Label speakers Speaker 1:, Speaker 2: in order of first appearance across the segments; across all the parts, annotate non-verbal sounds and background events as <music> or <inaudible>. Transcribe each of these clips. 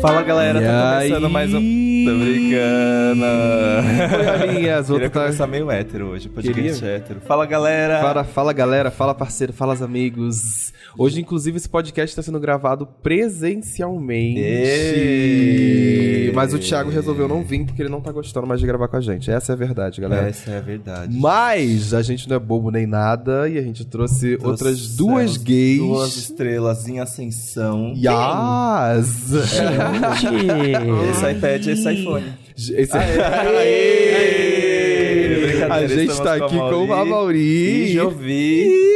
Speaker 1: Fala galera, tá começando mais um. Tô brincando.
Speaker 2: Oi, olhinhas, o outro
Speaker 1: <laughs> Queria
Speaker 2: tá...
Speaker 1: começar meio hétero hoje, podcast
Speaker 2: Queria?
Speaker 1: hétero. Fala galera.
Speaker 2: Fala, fala galera, fala parceiro, fala os amigos. Hoje, inclusive, esse podcast está sendo gravado presencialmente.
Speaker 1: Ê!
Speaker 2: Mas o Thiago resolveu não vir porque ele não tá gostando mais de gravar com a gente. Essa é a verdade, galera.
Speaker 1: Essa é a verdade.
Speaker 2: Mas a gente não é bobo nem nada e a gente trouxe outras
Speaker 1: Trouxemos
Speaker 2: duas gays.
Speaker 1: Duas estrelas em ascensão.
Speaker 2: Yas!
Speaker 1: Esse iPad e esse iPhone.
Speaker 2: Esse...
Speaker 1: Aê! Brincadeira,
Speaker 2: A gente
Speaker 1: estamos
Speaker 2: tá aqui com a
Speaker 1: E
Speaker 2: Mauri. Ah, é
Speaker 1: Jovi.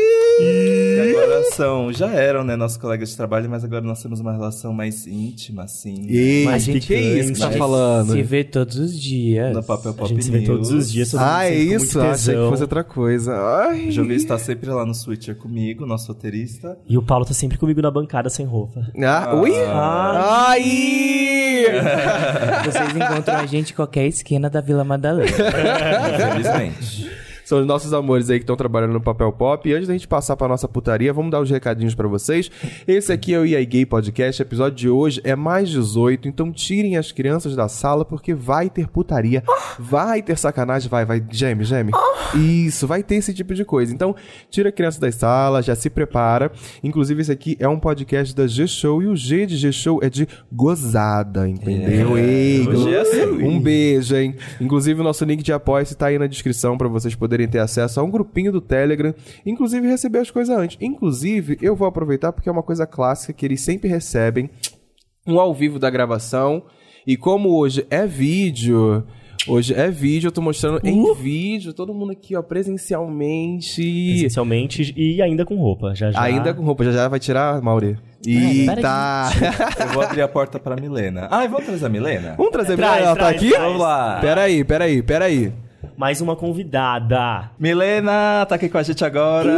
Speaker 1: Que agora são, já eram, né, nossos colegas de trabalho, mas agora nós temos uma relação mais íntima, assim.
Speaker 2: Ei,
Speaker 3: Mas
Speaker 2: que
Speaker 3: gente,
Speaker 2: que é isso que
Speaker 3: antes,
Speaker 2: tá
Speaker 3: mas
Speaker 2: falando?
Speaker 3: Se vê todos os dias.
Speaker 1: No Papel Pop
Speaker 3: A gente se vê
Speaker 1: News.
Speaker 3: todos os dias. todo mundo
Speaker 2: Ah, é
Speaker 3: sempre com muito
Speaker 2: isso? Ah, Achei que
Speaker 3: tesão.
Speaker 2: fosse outra coisa. Ai.
Speaker 1: Jovi está tá sempre lá no Switcher comigo, nosso roteirista.
Speaker 3: E o Paulo tá sempre comigo na bancada sem roupa.
Speaker 2: Ah, ui! Ai!
Speaker 4: <laughs> Vocês encontram a gente em qualquer esquina da
Speaker 3: <laughs>
Speaker 4: Vila Madalena.
Speaker 1: Infelizmente.
Speaker 2: São os nossos amores aí que estão trabalhando no papel pop. E antes da gente passar pra nossa putaria, vamos dar os recadinhos pra vocês. Esse aqui é o EA Gay Podcast. O episódio de hoje é mais 18. Então tirem as crianças da sala, porque vai ter putaria, vai ter sacanagem, vai, vai. Geme, geme. Isso, vai ter esse tipo de coisa. Então, tira a criança da sala, já se prepara. Inclusive, esse aqui é um podcast da G-Show e o G de G-Show é de gozada, entendeu?
Speaker 1: É.
Speaker 2: Ei,
Speaker 1: Hoje é assim.
Speaker 2: Um beijo, hein? Inclusive, o nosso link de apoio está aí na descrição para vocês poderem ter acesso a um grupinho do Telegram, inclusive receber as coisas antes. Inclusive, eu vou aproveitar porque é uma coisa clássica que eles sempre recebem um ao vivo da gravação. E como hoje é vídeo, hoje é vídeo, eu tô mostrando
Speaker 1: Uh!
Speaker 2: em vídeo, todo mundo aqui, ó, presencialmente.
Speaker 3: Essencialmente, e ainda com roupa, já já.
Speaker 2: Ainda com roupa, já já vai tirar, Mauri.
Speaker 1: É,
Speaker 4: pera aí.
Speaker 2: Eita!
Speaker 1: Eu vou abrir a porta pra Milena. Ah, e vamos trazer a Milena?
Speaker 2: Vamos trazer
Speaker 3: Traz,
Speaker 2: ela tá
Speaker 3: traz,
Speaker 2: aqui?
Speaker 3: traz.
Speaker 1: Vamos lá.
Speaker 2: Peraí, peraí, peraí.
Speaker 3: Mais uma convidada.
Speaker 1: Milena, tá aqui com a gente agora.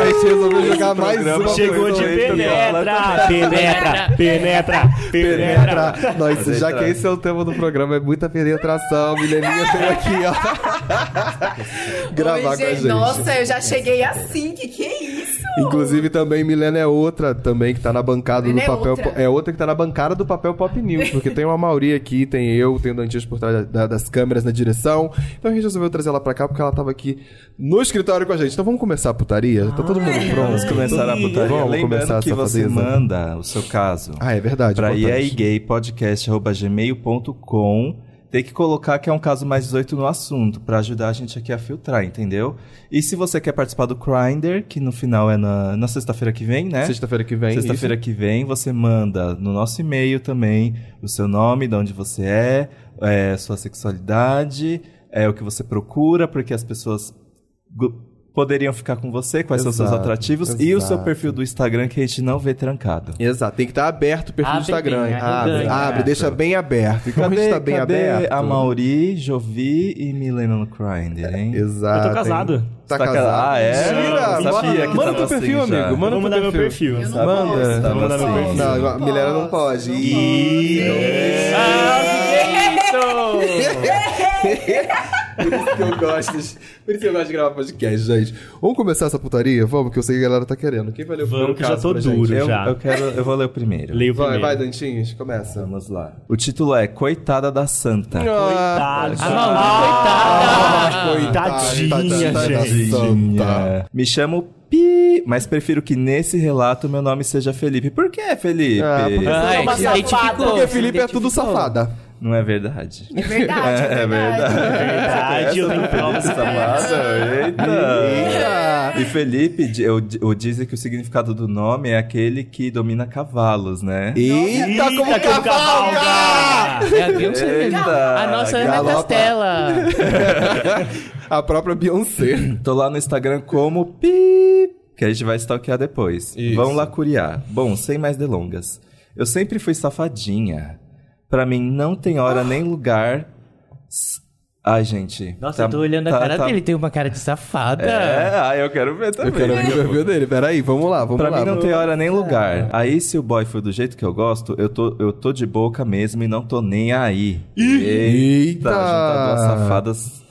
Speaker 2: A gente resolveu jogar mais
Speaker 1: programa
Speaker 2: uma
Speaker 3: Chegou
Speaker 2: coisa
Speaker 3: de
Speaker 2: aí também.
Speaker 3: penetra, penetra, penetra, penetra.
Speaker 2: Penetra. Nossa, já que esse é o tema do programa, é muita penetração. Mileninha veio aqui,
Speaker 1: <laughs>
Speaker 2: ó. gravar com a
Speaker 5: Oi,
Speaker 2: gente.
Speaker 5: Nossa, eu já cheguei assim, que que é isso?
Speaker 2: Inclusive, também Milena é outra também que tá na bancada
Speaker 5: Milena
Speaker 2: do
Speaker 5: é
Speaker 2: papel.
Speaker 5: outra.
Speaker 2: Po- É outra que tá na bancada do papel Pop News. Porque tem uma Mauri aqui, tem eu, tem o Dantias por trás da- da- das câmeras na direção. Então a gente resolveu trazer ela pra cá porque ela tava aqui no escritório com a gente. Então vamos começar a putaria? Tá todo mundo pronto?
Speaker 1: Ah, Vamos começar a putaria.
Speaker 2: Vamos
Speaker 1: Lembrando
Speaker 2: começar
Speaker 1: que
Speaker 2: essa
Speaker 1: você
Speaker 2: fadeza.
Speaker 1: manda o seu caso
Speaker 2: Ah, é verdade.
Speaker 1: pra
Speaker 2: importante.
Speaker 1: iaigaypodcast.gmail.com. Tem que colocar que é um caso mais 18 no assunto, pra ajudar a gente aqui a filtrar, entendeu? E se você quer participar do Grindr, que no final é na, na sexta-feira que vem, né?
Speaker 2: Sexta-feira que vem.
Speaker 1: Sexta-feira que vem você manda no nosso e-mail também o seu nome, de onde você é, é, sua sexualidade, é o que você procura, porque as pessoas go- poderiam ficar com você, quais são os seus
Speaker 2: Exato,
Speaker 1: atrativos, e o seu
Speaker 2: exato.
Speaker 1: perfil do Instagram que a gente não vê trancado.
Speaker 2: Exato, tem que estar aberto o perfil do
Speaker 4: Abre
Speaker 2: Instagram.
Speaker 4: bem,
Speaker 2: hein? abre, abre,
Speaker 4: abre, aberto.
Speaker 2: deixa bem aberto. E como a gente tá bem
Speaker 1: cadê
Speaker 2: aberto. É,
Speaker 1: a Mauri, Jovi e Milena no Grindr, hein?
Speaker 2: Exato.
Speaker 3: Eu tô casado.
Speaker 2: hein? Tá
Speaker 1: Você tá
Speaker 2: casado?
Speaker 1: casado? Ah,
Speaker 2: Mentira!
Speaker 1: é? Eu não sabia
Speaker 2: manda manda
Speaker 1: que tava
Speaker 2: teu perfil,
Speaker 1: assim já.
Speaker 2: amigo. Manda
Speaker 3: Vou mandar meu perfil. Tá
Speaker 5: Eu não
Speaker 1: Sabe?
Speaker 2: Manda.
Speaker 5: posso,
Speaker 1: Tava
Speaker 5: eu não
Speaker 3: assim.
Speaker 5: posso.
Speaker 2: Não,
Speaker 5: eu
Speaker 2: a Milena não pode. Ih,
Speaker 3: Ah, que isso!
Speaker 2: Por isso que eu gosto. de- Por isso que eu gosto de gravar podcast, gente. Vamos começar essa putaria? Vamos, que eu sei que a galera tá querendo. Quem vai ler o
Speaker 3: Vamos,
Speaker 2: primeiro
Speaker 3: que eu já
Speaker 2: caso
Speaker 3: tô
Speaker 2: pra gente?
Speaker 3: duro.
Speaker 1: Eu,
Speaker 3: Já.
Speaker 1: eu quero, eu vou ler o primeiro.
Speaker 3: Leio
Speaker 2: Vai,
Speaker 3: primeiro.
Speaker 2: vai, Dantinhos, começa.
Speaker 1: Vamos lá. O título é Coitada da Santa.
Speaker 3: Coitado.
Speaker 4: A Mauri, coitada!
Speaker 2: Ah,
Speaker 3: Coitadinha, gente.
Speaker 2: Santa.
Speaker 1: Me chamo Pi, mas prefiro que nesse relato meu nome seja Felipe. Por que, Felipe?
Speaker 2: Ah, porque-
Speaker 4: Ai,
Speaker 5: Uma
Speaker 4: se
Speaker 5: safada.
Speaker 4: identificou,
Speaker 2: Porque
Speaker 4: se
Speaker 2: Felipe é tudo
Speaker 4: identificou.
Speaker 2: safada.
Speaker 1: Não é verdade.
Speaker 2: <laughs>
Speaker 5: É verdade, é verdade.
Speaker 3: Verdade, eu tenho provas.
Speaker 1: Safada,
Speaker 2: Eita.
Speaker 1: Eita! E Felipe, di- eu, eu dizem que o significado do nome é aquele que domina cavalos, né?
Speaker 2: Eita, como é
Speaker 3: Eita, como
Speaker 2: cavalga!
Speaker 3: cavalga!
Speaker 4: É a Beyoncé.
Speaker 1: Eita,
Speaker 4: A nossa Ana
Speaker 2: galopa.
Speaker 4: Castela.
Speaker 2: A própria Beyoncé.
Speaker 1: Tô lá no Instagram como pi, que a gente vai stalkear depois.
Speaker 2: Isso.
Speaker 1: Vamos lá curiar. Bom, sem mais delongas. Eu sempre fui safadinha. Pra mim não tem hora nem lugar. S- Ai, gente.
Speaker 4: Nossa,
Speaker 1: tá-
Speaker 4: eu tô olhando a
Speaker 1: tá-
Speaker 4: cara
Speaker 1: tá-
Speaker 4: dele, tem uma cara de safada.
Speaker 1: É, ai, eu quero ver também.
Speaker 2: Eu quero ver o perfil dele. Peraí, vamos lá, vamos
Speaker 1: Pra
Speaker 2: lá. É.
Speaker 1: mim não
Speaker 2: vamos-
Speaker 1: tem hora nem lugar. Aí, se o boy for do jeito que eu gosto, eu tô, eu tô de boca mesmo e não tô nem aí. Eita!
Speaker 2: Eita!
Speaker 1: Juntar duas safadas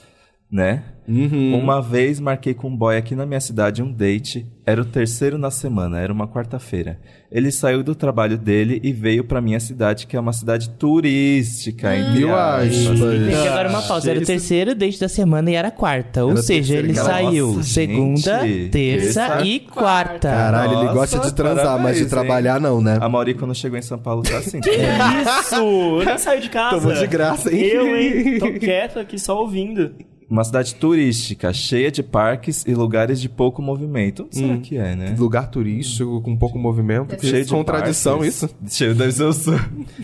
Speaker 1: né?
Speaker 2: Uhum.
Speaker 1: Uma vez marquei com um boy aqui na minha cidade um date. Era o terceiro na semana, era uma quarta-feira. Ele saiu do trabalho dele e veio pra minha cidade, que é uma cidade turística. entre
Speaker 2: Hum, Eu acho.
Speaker 1: aspas.
Speaker 4: Tem que agora uma pausa. Era o
Speaker 2: Isso-
Speaker 4: terceiro date da semana e era a quarta. Ou
Speaker 2: Era a
Speaker 4: seja,
Speaker 2: terceira,
Speaker 4: ele
Speaker 2: cara.
Speaker 4: saiu
Speaker 1: Nossa,
Speaker 4: segunda,
Speaker 1: gente.
Speaker 4: terça
Speaker 1: Terça,
Speaker 4: e quarta.
Speaker 2: Caralho, ele
Speaker 1: Nossa,
Speaker 2: gosta de transar, mas
Speaker 1: parabéns,
Speaker 2: de
Speaker 1: hein?
Speaker 2: trabalhar não, né?
Speaker 1: A Mauri, quando chegou em São Paulo, tá assim.
Speaker 2: é.
Speaker 3: Isso! Eu nem saio de casa.
Speaker 2: Tomou de graça, hein?
Speaker 3: Eu, hein? Tô quieto aqui só ouvindo.
Speaker 1: <laughs> uma cidade turística, cheia de parques e lugares de pouco movimento. Onde será que é, né?
Speaker 2: <laughs> Lugar turístico, com pouco movimento.
Speaker 5: Deve
Speaker 2: Cheio de é contradição,
Speaker 1: parques.
Speaker 2: isso.
Speaker 1: Cheio de <laughs>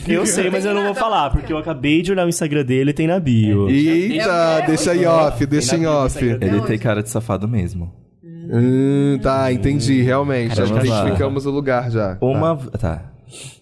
Speaker 3: Eu sei, mas eu não vou falar, porque eu acabei de olhar o Instagram dele e tem na bio.
Speaker 2: Eita,
Speaker 5: Tem-
Speaker 2: deixa em off, deixa em
Speaker 3: Tem na-
Speaker 2: off.
Speaker 3: tem na-
Speaker 1: Ele
Speaker 5: Não,
Speaker 1: tem
Speaker 5: isso-
Speaker 1: cara de safado mesmo.
Speaker 2: Hum, tá, entendi, realmente.
Speaker 1: Caramba.
Speaker 2: Acho que identificamos o lugar já.
Speaker 1: Uma. Tá.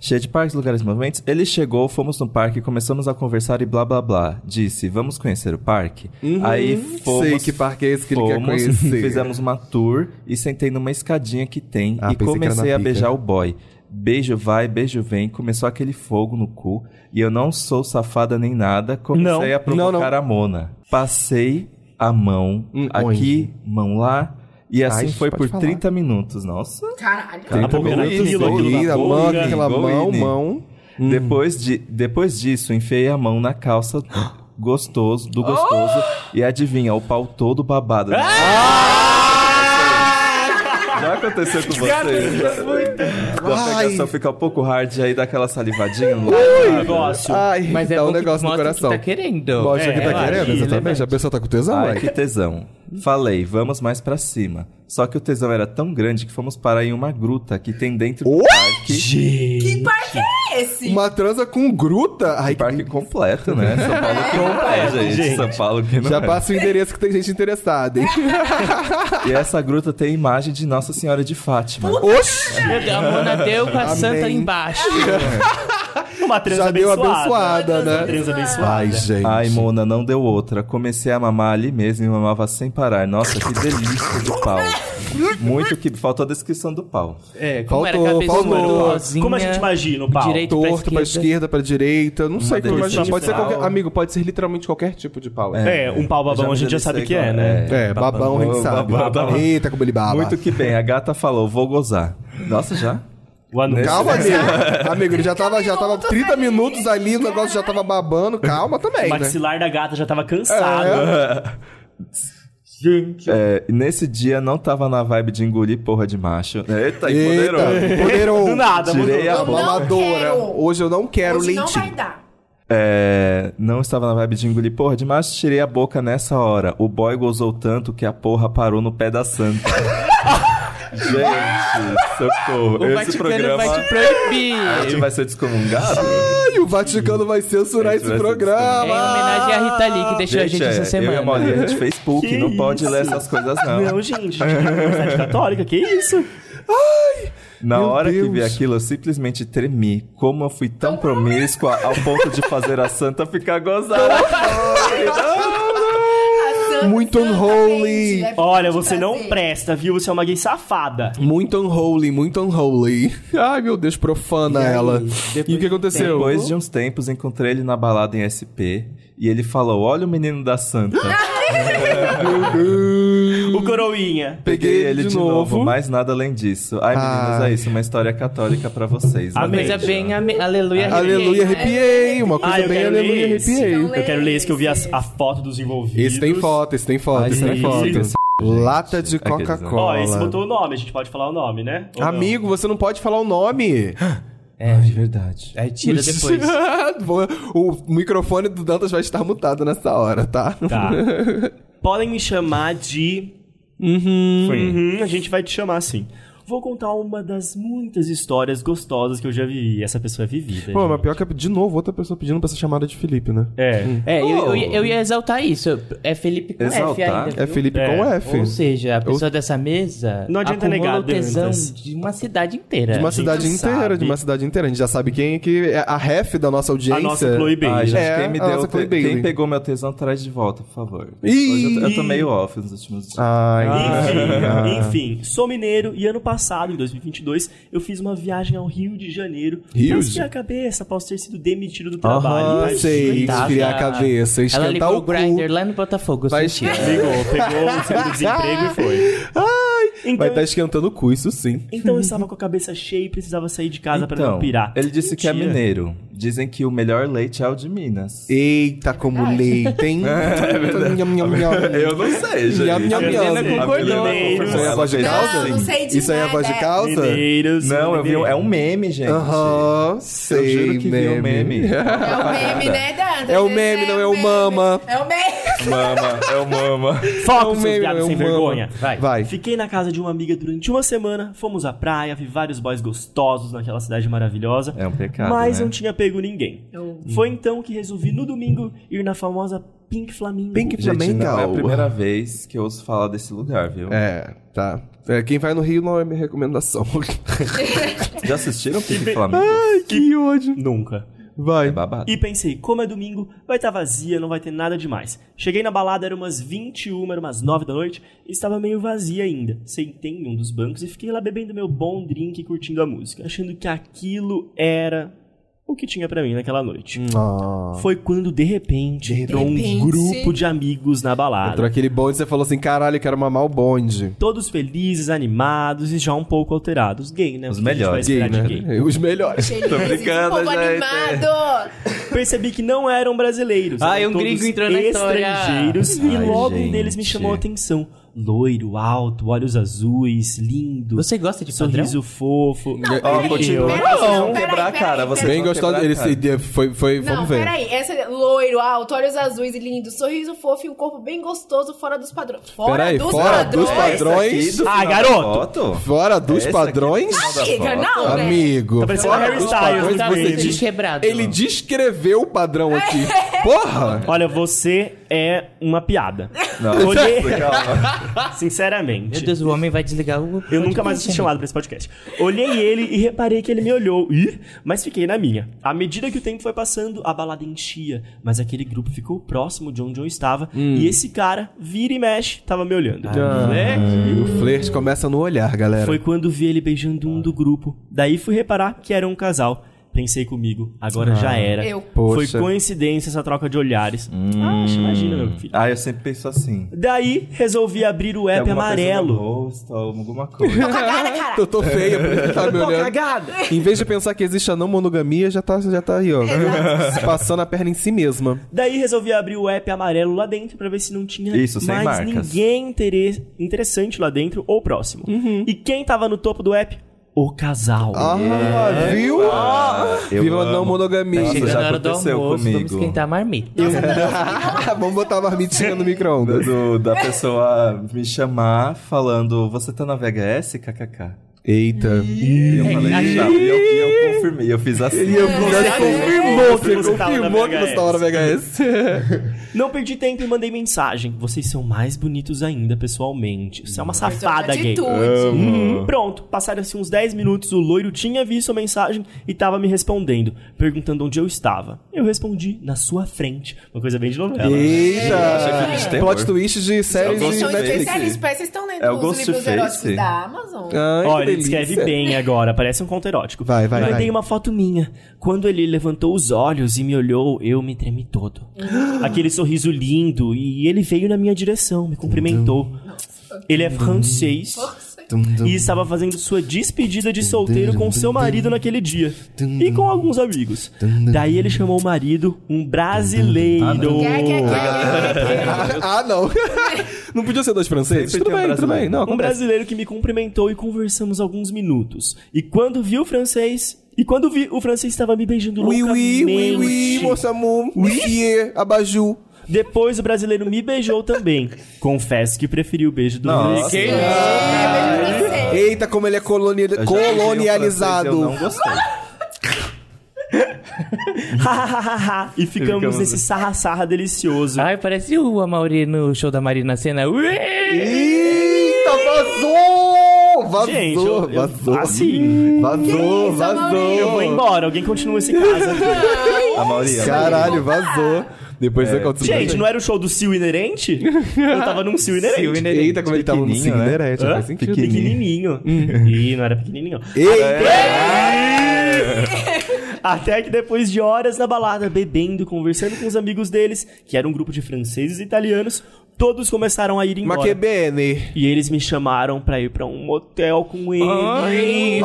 Speaker 1: Cheia de parques, lugares e movimentos. Ele chegou, fomos no parque, começamos a conversar e blá blá blá. Disse, vamos conhecer o parque?
Speaker 2: Uhum,
Speaker 1: Aí fomos.
Speaker 2: Sei que parque é esse que ele quer
Speaker 1: fomos,
Speaker 2: conhecer.
Speaker 1: <laughs> Fizemos uma tour e sentei numa escadinha que tem
Speaker 2: Ah, pensei
Speaker 1: e
Speaker 2: que era na
Speaker 1: comecei a
Speaker 2: pica.
Speaker 1: beijar o boy. Beijo vai, beijo vem. Começou aquele fogo no cu e eu não sou safada nem nada. Comecei
Speaker 3: Não,
Speaker 1: a provocar
Speaker 2: não, não.
Speaker 1: a mona. Passei a mão
Speaker 2: Hum,
Speaker 1: aqui, mão lá. E assim
Speaker 2: isso
Speaker 1: foi
Speaker 2: pode
Speaker 1: por
Speaker 2: falar.
Speaker 1: 30 minutos. Nossa.
Speaker 5: Caralho.
Speaker 1: Tem
Speaker 3: A boca
Speaker 1: também.
Speaker 3: era
Speaker 1: Golini,
Speaker 3: aquilo, aquilo
Speaker 1: Golini,
Speaker 2: Golina,
Speaker 3: na
Speaker 1: Golini,
Speaker 2: mão,
Speaker 3: boca.
Speaker 2: aquela mão,
Speaker 1: Golini.
Speaker 2: mão.
Speaker 1: Depois, de, depois disso, enfiei a mão na calça gostoso, do gostoso.
Speaker 2: Oh!
Speaker 1: E adivinha, o pau todo babado.
Speaker 2: Ah!
Speaker 1: Já aconteceu com vocês? Da
Speaker 2: tá Ai.
Speaker 1: pegação fica um pouco hard aí, dá aquela salivadinha.
Speaker 3: O Ah, negócio.
Speaker 2: Ai,
Speaker 4: Mas é
Speaker 2: dá
Speaker 4: bom
Speaker 2: um
Speaker 4: que
Speaker 2: negócio no
Speaker 4: mostra
Speaker 2: coração.
Speaker 4: Que tá querendo.
Speaker 2: Mostra
Speaker 3: É,
Speaker 2: que tá
Speaker 3: relaxa,
Speaker 2: querendo,
Speaker 3: relaxa.
Speaker 2: exatamente. A pessoa tá com tesão, ué.
Speaker 1: Ai, que tesão. Falei, vamos mais pra cima. Só que o tesão era tão grande que fomos parar em uma gruta que tem dentro do
Speaker 2: What?
Speaker 1: parque.
Speaker 3: Gente.
Speaker 5: Esse.
Speaker 2: Uma transa com gruta. Ai,
Speaker 1: Parque completo, né? São Paulo que não é, gente.
Speaker 3: Gente.
Speaker 1: São Paulo que não
Speaker 2: já
Speaker 1: é.
Speaker 2: passa o endereço que tem gente interessada, <laughs> hein?
Speaker 1: E essa gruta tem imagem de Nossa Senhora de Fátima.
Speaker 2: Oxi!
Speaker 4: Meu Deus, A Mona deu com a
Speaker 2: Amém.
Speaker 4: santa ali embaixo.
Speaker 3: <laughs> Uma transa
Speaker 2: Já deu
Speaker 3: abençoada.
Speaker 2: abençoada,
Speaker 3: Uma
Speaker 2: né?
Speaker 3: transa abençoada.
Speaker 2: Ai, gente.
Speaker 1: Ai, Mona, não deu outra. Comecei a mamar ali mesmo e mamava sem parar. Nossa, que delícia de pau. Muito que. Faltou a descrição do pau.
Speaker 4: É,
Speaker 2: como
Speaker 4: como
Speaker 2: era
Speaker 4: era
Speaker 2: Faltou, a cabeça faltou.
Speaker 4: rosinha.
Speaker 3: Como a gente imagina o pau?
Speaker 4: Direito
Speaker 2: Torto pra
Speaker 4: pra
Speaker 2: esquerda, pra direita. Não sei como
Speaker 1: delícia
Speaker 2: imaginar.
Speaker 3: de
Speaker 2: Pode ser
Speaker 3: pau.
Speaker 2: qualquer. Amigo, pode ser literalmente qualquer tipo de pau. É,
Speaker 3: É, um pau babão a gente já sabe que é, né?
Speaker 2: é babão, a gente sabe.
Speaker 1: babão.
Speaker 2: Eita, como ele baba.
Speaker 1: Muito que bem. A gata falou, vou gozar. Nossa, já?
Speaker 3: O
Speaker 2: <laughs>
Speaker 3: anúncio.
Speaker 2: Calma, amigo. amigo, ele já tava, já tava
Speaker 5: 30
Speaker 2: 30 minutos ali, o negócio já tava babando. Calma também,
Speaker 3: O
Speaker 2: né? É.
Speaker 3: maxilar da gata já tava cansado. Gente.
Speaker 1: É, nesse dia não tava na vibe de engolir porra de macho. Eita, e
Speaker 2: Eita,
Speaker 1: poderoso.
Speaker 2: poderoso.
Speaker 3: Do nada, mudou.
Speaker 1: Tirei a
Speaker 2: Não,
Speaker 1: boca.
Speaker 2: mamadora.
Speaker 5: quero.
Speaker 2: Hoje eu não quero
Speaker 5: Hoje não
Speaker 2: leite.
Speaker 5: vai dar.
Speaker 1: É, não estava na vibe de engolir porra de macho, tirei a boca nessa hora. O boy gozou tanto que a porra parou no pé da santa. Gente, socorro.
Speaker 4: O
Speaker 1: Esse
Speaker 4: Vaticano
Speaker 1: programa
Speaker 4: vai te
Speaker 1: a
Speaker 4: proibir.
Speaker 1: gente vai ser descomungado.
Speaker 2: Ai, o Vaticano vai censurar
Speaker 1: A gente
Speaker 2: esse
Speaker 1: vai ser
Speaker 4: É em
Speaker 2: programa.
Speaker 4: homenagem à Rita Lee, que deixou a gente essa
Speaker 1: é, eu e a
Speaker 4: semana.
Speaker 1: Maurinha, a gente fez PUC,
Speaker 3: Que
Speaker 1: não pode
Speaker 3: isso?
Speaker 1: ler essas coisas não.
Speaker 3: Não, gente, gente, tá Universidade Católica, que isso?
Speaker 1: Na
Speaker 2: Meu
Speaker 1: hora
Speaker 2: Deus.
Speaker 1: que vi aquilo, eu simplesmente tremi. Como eu fui tão promíscua ao ponto de fazer a santa ficar gozada.
Speaker 5: A Santa-
Speaker 2: Muito
Speaker 5: Santa
Speaker 2: unholy.
Speaker 5: Pente, é
Speaker 3: Olha,
Speaker 5: pra
Speaker 3: você não
Speaker 5: fazer.
Speaker 3: presta, viu? Você é uma gay safada.
Speaker 2: Muito unholy, muito unholy. <laughs> Ai, meu Deus, profana ela. E o que aconteceu?
Speaker 1: Depois de um uns tempos, encontrei ele na balada em SP e ele falou: Olha o menino da santa.
Speaker 3: O coroinha.
Speaker 1: Peguei ele de, novo.
Speaker 2: mas...
Speaker 1: mais nada além disso. Ai, meninas,
Speaker 2: Ai.
Speaker 1: é isso. Uma história católica pra vocês.
Speaker 3: Amém.
Speaker 1: Beijo.
Speaker 4: Coisa é bem, ame- aleluia, arrepiei.
Speaker 2: Ah, Aleluia, arrepiei. Uma coisa
Speaker 3: Ah, eu
Speaker 2: bem
Speaker 3: quero
Speaker 2: aleluia,
Speaker 3: ler esse.
Speaker 2: arrepiei.
Speaker 5: Então,
Speaker 3: Eu quero ler esse que eu vi as- a, foto dos envolvidos.
Speaker 2: Esse tem foto, esse tem foto,
Speaker 1: Ai,
Speaker 2: esse tem
Speaker 1: gente,
Speaker 2: foto.
Speaker 1: esse-
Speaker 2: Lata de
Speaker 1: Aqueles, né?
Speaker 2: Coca-Cola.
Speaker 3: Ó, esse botou o nome, a gente pode falar o nome, né? Ou não?
Speaker 2: Amigo, você não pode falar o nome.
Speaker 1: É verdade.
Speaker 4: Aí tira depois.
Speaker 2: <laughs> Vou- o microfone do Dantas vai estar mutado nessa hora, tá? <laughs>
Speaker 3: Tá. Podem me chamar de.
Speaker 1: Fui.
Speaker 3: Hum, a gente vai te chamar assim. Vou contar uma das muitas histórias gostosas que eu já vivi. Essa pessoa é vivida.
Speaker 2: Pô,
Speaker 3: gente.
Speaker 2: mas pior que é de novo outra pessoa pedindo pra ser chamada de Felipe, né?
Speaker 3: É.
Speaker 4: É, eu, eu
Speaker 2: <laughs>
Speaker 4: ia- eu ia exaltar isso. É Felipe com F
Speaker 1: Exaltar?
Speaker 4: ainda. viu?
Speaker 2: É Felipe
Speaker 3: É,
Speaker 2: com F.
Speaker 4: Ou seja, a pessoa dessa mesa
Speaker 3: Não adianta
Speaker 4: acumula
Speaker 3: negar,
Speaker 4: o tesão
Speaker 3: Dantas.
Speaker 4: de uma cidade inteira.
Speaker 2: De uma
Speaker 3: gente
Speaker 2: cidade inteira,
Speaker 3: sabe.
Speaker 2: de uma cidade inteira. A gente já sabe quem é que é a ref da nossa audiência.
Speaker 3: A nossa Chloe Bailey.
Speaker 1: Ai, gente,
Speaker 2: É,
Speaker 1: quem me
Speaker 2: a nossa
Speaker 1: deu.
Speaker 2: Chloe
Speaker 1: te- Quem
Speaker 2: Bailey.
Speaker 1: pegou meu tesão, traz de volta, por favor.
Speaker 2: Ih! Ah,
Speaker 3: Ah,
Speaker 1: Hoje eu, tô- eu tô meio off nos últimos dias.
Speaker 2: Ai,
Speaker 1: Ah.
Speaker 3: Enfim, enfim, sou mineiro e ano passado, em 2022, eu fiz uma viagem ao Rio de Janeiro.
Speaker 2: Rio
Speaker 3: mas
Speaker 2: de-
Speaker 3: que a cabeça, posso ter sido demitido do trabalho.
Speaker 2: Aham,
Speaker 3: Mas-
Speaker 2: Ah, sei,
Speaker 4: Coitada.
Speaker 2: esfriar a cabeça,
Speaker 4: Ela
Speaker 2: esquentar
Speaker 4: ligou
Speaker 2: o
Speaker 4: o
Speaker 2: cu.
Speaker 4: grinder lá no Botafogo. eu
Speaker 2: Vai
Speaker 4: senti.
Speaker 3: Ligou, pegou o seguro-desemprego e foi. Então,
Speaker 2: Vai estar esquentando o cu, isso sim.
Speaker 3: então eu estava com a cabeça cheia e precisava sair de casa pra
Speaker 1: Então,
Speaker 3: não pirar.
Speaker 1: ele disse que é
Speaker 3: Mentira.
Speaker 1: mineiro. Dizem que o melhor leite é o de Minas.
Speaker 2: Eita, como leite, hein? É verdade.
Speaker 1: <laughs> Eu não sei, gente.
Speaker 2: Nham, nham, nham.
Speaker 1: A Milena
Speaker 3: concordou.
Speaker 1: Isso aí é a voz de
Speaker 5: Não,
Speaker 1: causa?
Speaker 5: não sei de
Speaker 2: Isso aí é a voz de
Speaker 5: nada.
Speaker 2: causa?
Speaker 3: Mineiros,
Speaker 1: Não, eu vi. um- É um meme, gente.
Speaker 2: Aham, sei.
Speaker 1: Eu juro que vi um <laughs> meme.
Speaker 5: É o meme, né, Danta?
Speaker 2: É o meme, não é o mama.
Speaker 5: É
Speaker 2: <laughs>
Speaker 5: o meme.
Speaker 1: mama, é o mama.
Speaker 3: Foco,
Speaker 2: É um
Speaker 3: seus
Speaker 2: meme,
Speaker 3: viados
Speaker 2: é um
Speaker 3: sem
Speaker 2: mama.
Speaker 3: vergonha. Vai.
Speaker 2: Vai.
Speaker 3: Fiquei na casa de uma amiga durante uma semana, fomos à praia, vi vários boys gostosos naquela cidade maravilhosa.
Speaker 1: É um pecado,
Speaker 3: Mas
Speaker 1: né?
Speaker 3: não tinha pego ninguém. Foi então que resolvi, no domingo, ir na famosa Pink Flamingo.
Speaker 2: Pink
Speaker 1: Gente, não é a
Speaker 2: Flamengo.
Speaker 1: primeira vez que eu ouço falar desse lugar, viu?
Speaker 2: É, tá. É, quem vai no Rio não é minha recomendação.
Speaker 1: Já assistiram Pink Flamengo?
Speaker 2: que ódio.
Speaker 3: Nunca.
Speaker 1: É
Speaker 2: Vai.
Speaker 1: babado.
Speaker 3: E pensei, como é domingo, vai estar vazia, não vai ter nada demais. Cheguei na balada, era umas 21, era umas 9 da noite, e estava meio vazia ainda. Sentei em um dos bancos e fiquei lá bebendo meu bom drink e curtindo a música, achando que aquilo era o que tinha pra mim naquela noite.
Speaker 2: Ah.
Speaker 3: Foi quando, de repente, entrou um
Speaker 5: repente.
Speaker 3: grupo de amigos na balada.
Speaker 2: Entrou aquele bonde e você falou assim: caralho, eu quero mamar o bonde.
Speaker 3: Todos felizes, animados e já um pouco alterados. Gay, né?
Speaker 1: Os
Speaker 3: O que a gente vai
Speaker 1: melhores.
Speaker 3: esperar
Speaker 2: Gay,
Speaker 3: de
Speaker 2: né?
Speaker 3: gay?
Speaker 2: <laughs> Os melhores.
Speaker 5: Tô
Speaker 1: brincando,
Speaker 5: povo
Speaker 1: gente.
Speaker 5: animado.
Speaker 3: Percebi que não eram brasileiros.
Speaker 4: Ai,
Speaker 3: eram
Speaker 4: um
Speaker 3: todos
Speaker 4: gringo entrou na história.
Speaker 3: estrangeiros e
Speaker 1: Ai,
Speaker 3: logo um
Speaker 1: gente.
Speaker 3: deles me chamou a atenção. Loiro, alto, olhos azuis, lindo.
Speaker 4: Você gosta de padrão?
Speaker 3: sorriso fofo.
Speaker 1: Ó,
Speaker 5: Peraí,
Speaker 1: continua.
Speaker 5: peraí,
Speaker 1: Não,
Speaker 5: peraí,
Speaker 1: quebrar a
Speaker 5: peraí,
Speaker 1: cara.
Speaker 5: peraí.
Speaker 1: Você
Speaker 2: Bem
Speaker 1: só
Speaker 2: gostoso.
Speaker 1: quebrar a
Speaker 2: Ele
Speaker 1: cara.
Speaker 2: se- foi, foi,
Speaker 5: Não,
Speaker 2: vamos ver.
Speaker 5: peraí. Essa é loiro, alto, olhos azuis e lindo, sorriso fofo e um corpo bem gostoso, fora dos padrões. Fora,
Speaker 2: Peraí,
Speaker 5: dos,
Speaker 2: fora
Speaker 5: padrões.
Speaker 2: dos padrões?
Speaker 1: Esse aqui do
Speaker 3: Ah,
Speaker 1: final da
Speaker 3: garoto.
Speaker 1: foto?
Speaker 2: Fora dos
Speaker 1: Esse aqui é
Speaker 2: padrões?
Speaker 1: do final da
Speaker 5: Amiga,
Speaker 1: foto? Ah,
Speaker 5: não. né?
Speaker 2: Amigo.
Speaker 3: Tá parecendo
Speaker 2: fora
Speaker 3: Harry
Speaker 2: dos
Speaker 3: Styles,
Speaker 2: padrões,
Speaker 3: tá
Speaker 2: você
Speaker 3: vendo?
Speaker 2: diz- é
Speaker 4: Desquebrado.
Speaker 2: Ele descreveu o padrão aqui. <laughs> Porra!
Speaker 3: Olha, você é uma piada.
Speaker 1: Não,
Speaker 3: Olhei- <laughs>
Speaker 1: isso, calma.
Speaker 3: Sinceramente.
Speaker 4: Meu Deus, o homem vai desligar o.
Speaker 3: Eu nunca mais fui chamado pra esse podcast. Olhei ele e reparei que ele me olhou. Ih, mas fiquei na minha. À medida que o tempo foi passando, a balada enchia. Mas aquele grupo ficou próximo de onde eu estava.
Speaker 1: Hum.
Speaker 3: E esse cara, vira e mexe, tava me olhando.
Speaker 1: Ah,
Speaker 3: Né?
Speaker 2: E o flerte começa no olhar, galera.
Speaker 3: Foi quando vi ele beijando um do grupo. Daí fui reparar que era um casal. Pensei comigo, agora
Speaker 1: Ah.
Speaker 3: já era.
Speaker 5: eu.
Speaker 2: Poxa.
Speaker 3: Foi coincidência essa troca de olhares.
Speaker 1: Hum.
Speaker 3: Ah, imagina, meu filho.
Speaker 1: Ah, eu sempre penso assim.
Speaker 3: Daí resolvi abrir o
Speaker 1: Tem
Speaker 3: app
Speaker 1: alguma coisa no
Speaker 3: amarelo.
Speaker 1: rosto, alguma coisa. né,
Speaker 5: Cagada, cara.
Speaker 2: Eu <laughs> tô feia, por isso que tá me
Speaker 3: Tô
Speaker 2: olhando.
Speaker 3: cagada!
Speaker 2: Em vez de pensar que existe a não monogamia, já tá, já tá aí, ó. <laughs> Passando a perna em si mesma.
Speaker 3: Daí resolvi abrir o app amarelo lá dentro pra ver se não tinha
Speaker 1: Isso, sem
Speaker 3: mais
Speaker 1: marcas.
Speaker 3: ninguém intere- interessante lá dentro ou próximo. E quem tava no topo do app? O casal.
Speaker 2: Ah, viu?
Speaker 1: Ah, eu
Speaker 2: Viva a
Speaker 1: amo.
Speaker 2: não monogamia.
Speaker 3: Tá
Speaker 1: Nossa,
Speaker 4: Chegando
Speaker 1: já
Speaker 4: a hora do
Speaker 1: aconteceu
Speaker 4: almoço, vamos
Speaker 1: comigo.
Speaker 4: esquentar a marmita.
Speaker 2: <laughs> Vamos botar a marmitinha no micro-ondas.
Speaker 1: Do- da pessoa me chamar falando, você tá na VHS, kkk.
Speaker 2: Eita.
Speaker 1: E eu falei,
Speaker 4: Ai,
Speaker 1: já, e eu, e eu confirmei, eu fiz assim.
Speaker 2: E eu já confirmou que
Speaker 3: Você tava na
Speaker 2: confirmou que você tava na VHS.
Speaker 3: Não perdi tempo e mandei mensagem. Vocês são mais bonitos ainda pessoalmente. Você é uma
Speaker 5: Mas olha a
Speaker 3: safada gay.
Speaker 5: atitude.
Speaker 3: Uhum. Pronto, passaram-se uns 10 minutos, o loiro tinha visto a mensagem e tava me respondendo, perguntando onde eu estava. Eu respondi, na sua frente. Uma coisa bem de novela. né?
Speaker 1: filme de
Speaker 2: Eita.
Speaker 1: terror.
Speaker 2: Plot twist de séries
Speaker 1: Vocês
Speaker 2: de
Speaker 1: são
Speaker 5: São
Speaker 2: Netflix.
Speaker 5: especialistas, parece que vocês estão lendo
Speaker 1: É o
Speaker 5: os
Speaker 1: Ghostface.
Speaker 5: livros eróticos da Amazon.
Speaker 1: Ah,
Speaker 2: Ai, que
Speaker 3: Olha, ele
Speaker 2: delícia.
Speaker 3: escreve bem agora, parece um conto erótico.
Speaker 2: Vai, vai,
Speaker 3: Mandei
Speaker 2: vai.
Speaker 3: uma foto minha. Quando ele levantou os olhos e me olhou, eu me tremi todo. Aquele sorriso lindo, e ele veio na minha direção, me cumprimentou. Ele é francês
Speaker 2: Dum, dum.
Speaker 3: e estava fazendo sua despedida de solteiro com seu marido naquele dia. E com alguns amigos. Daí ele chamou o marido, um brasileiro.
Speaker 5: Quer, quer, quer.
Speaker 2: Ah, ah, não. <laughs> não podia ser dois franceses?
Speaker 1: Sempre
Speaker 2: Tudo
Speaker 1: tem um
Speaker 2: bem, tudo
Speaker 1: brasileiro.
Speaker 2: bem. Não,
Speaker 3: né? Um
Speaker 2: acontece.
Speaker 3: brasileiro que me cumprimentou e conversamos alguns minutos. E quando vi o francês. E quando vi, o francês estava me beijando
Speaker 2: Oui, oui,
Speaker 3: loucamente.
Speaker 2: oui, oui, moça amor. Oui, abajou.
Speaker 3: Depois o brasileiro me beijou também. Confesso que preferi o beijo do
Speaker 1: Nossa.
Speaker 3: francês.
Speaker 5: É, beijo pra você.
Speaker 2: Eita, como ele é coloni-
Speaker 1: Eu já vi um francês, Eu
Speaker 2: colonializado.
Speaker 1: não gostei.
Speaker 3: <laughs> e ficamos
Speaker 1: Ficamos-
Speaker 3: nesse sarra-sarra delicioso.
Speaker 4: Ai, parece o Amaury no show da Marina Sena. Ué!
Speaker 2: Eita, vazou! vazou,
Speaker 3: Gente, eu- eu-
Speaker 2: vazou.
Speaker 3: assim.
Speaker 5: Que
Speaker 2: Vazou,
Speaker 5: isso,
Speaker 2: vazou.
Speaker 5: Amaury?
Speaker 3: Eu vou embora, alguém continua esse caso aqui.
Speaker 2: <laughs>
Speaker 1: A Mauri.
Speaker 2: Caralho, vazou. Depois
Speaker 1: É.
Speaker 2: você aconteceu.
Speaker 3: Gente, não era o show do Sil Inerente? Eu tava num Sil Inerente.
Speaker 4: Sil inerente.
Speaker 2: Eita, como ele tava no
Speaker 1: Pequenininho, né?
Speaker 2: cigarete,
Speaker 3: Hã?
Speaker 2: faz sentido.
Speaker 3: Pequenininho. Ih, não era pequenininho. é- Até que depois de horas na balada, bebendo, conversando com os amigos deles, que era um grupo de franceses e italianos, todos começaram a ir embora.
Speaker 2: Mas que bene.
Speaker 3: E eles me chamaram pra ir pra um motel com eles.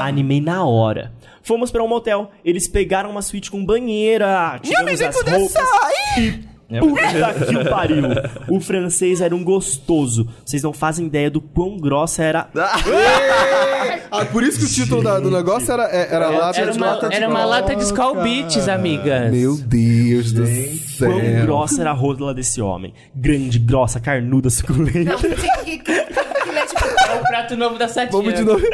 Speaker 3: Animei na hora. Fomos pra um motel, eles pegaram uma suíte com banheira, tiramos as roupas e... Puta que o pariu! O francês era um gostoso. Vocês não fazem ideia do quão grossa era
Speaker 2: <laughs> Ah, por isso que o título da- do negócio era, é- era, lata
Speaker 4: Era
Speaker 2: de
Speaker 4: uma,
Speaker 2: lata de
Speaker 4: era uma
Speaker 2: coca.
Speaker 4: lata de Skull Beats, amigas.
Speaker 2: Meu Deus do
Speaker 3: quão
Speaker 2: céu.
Speaker 3: grossa era a rola desse homem. Grande, grossa, carnuda, suculenta.
Speaker 5: Não, que, que, que leite
Speaker 4: É o prato novo da Sadia.
Speaker 2: Vamos de novo.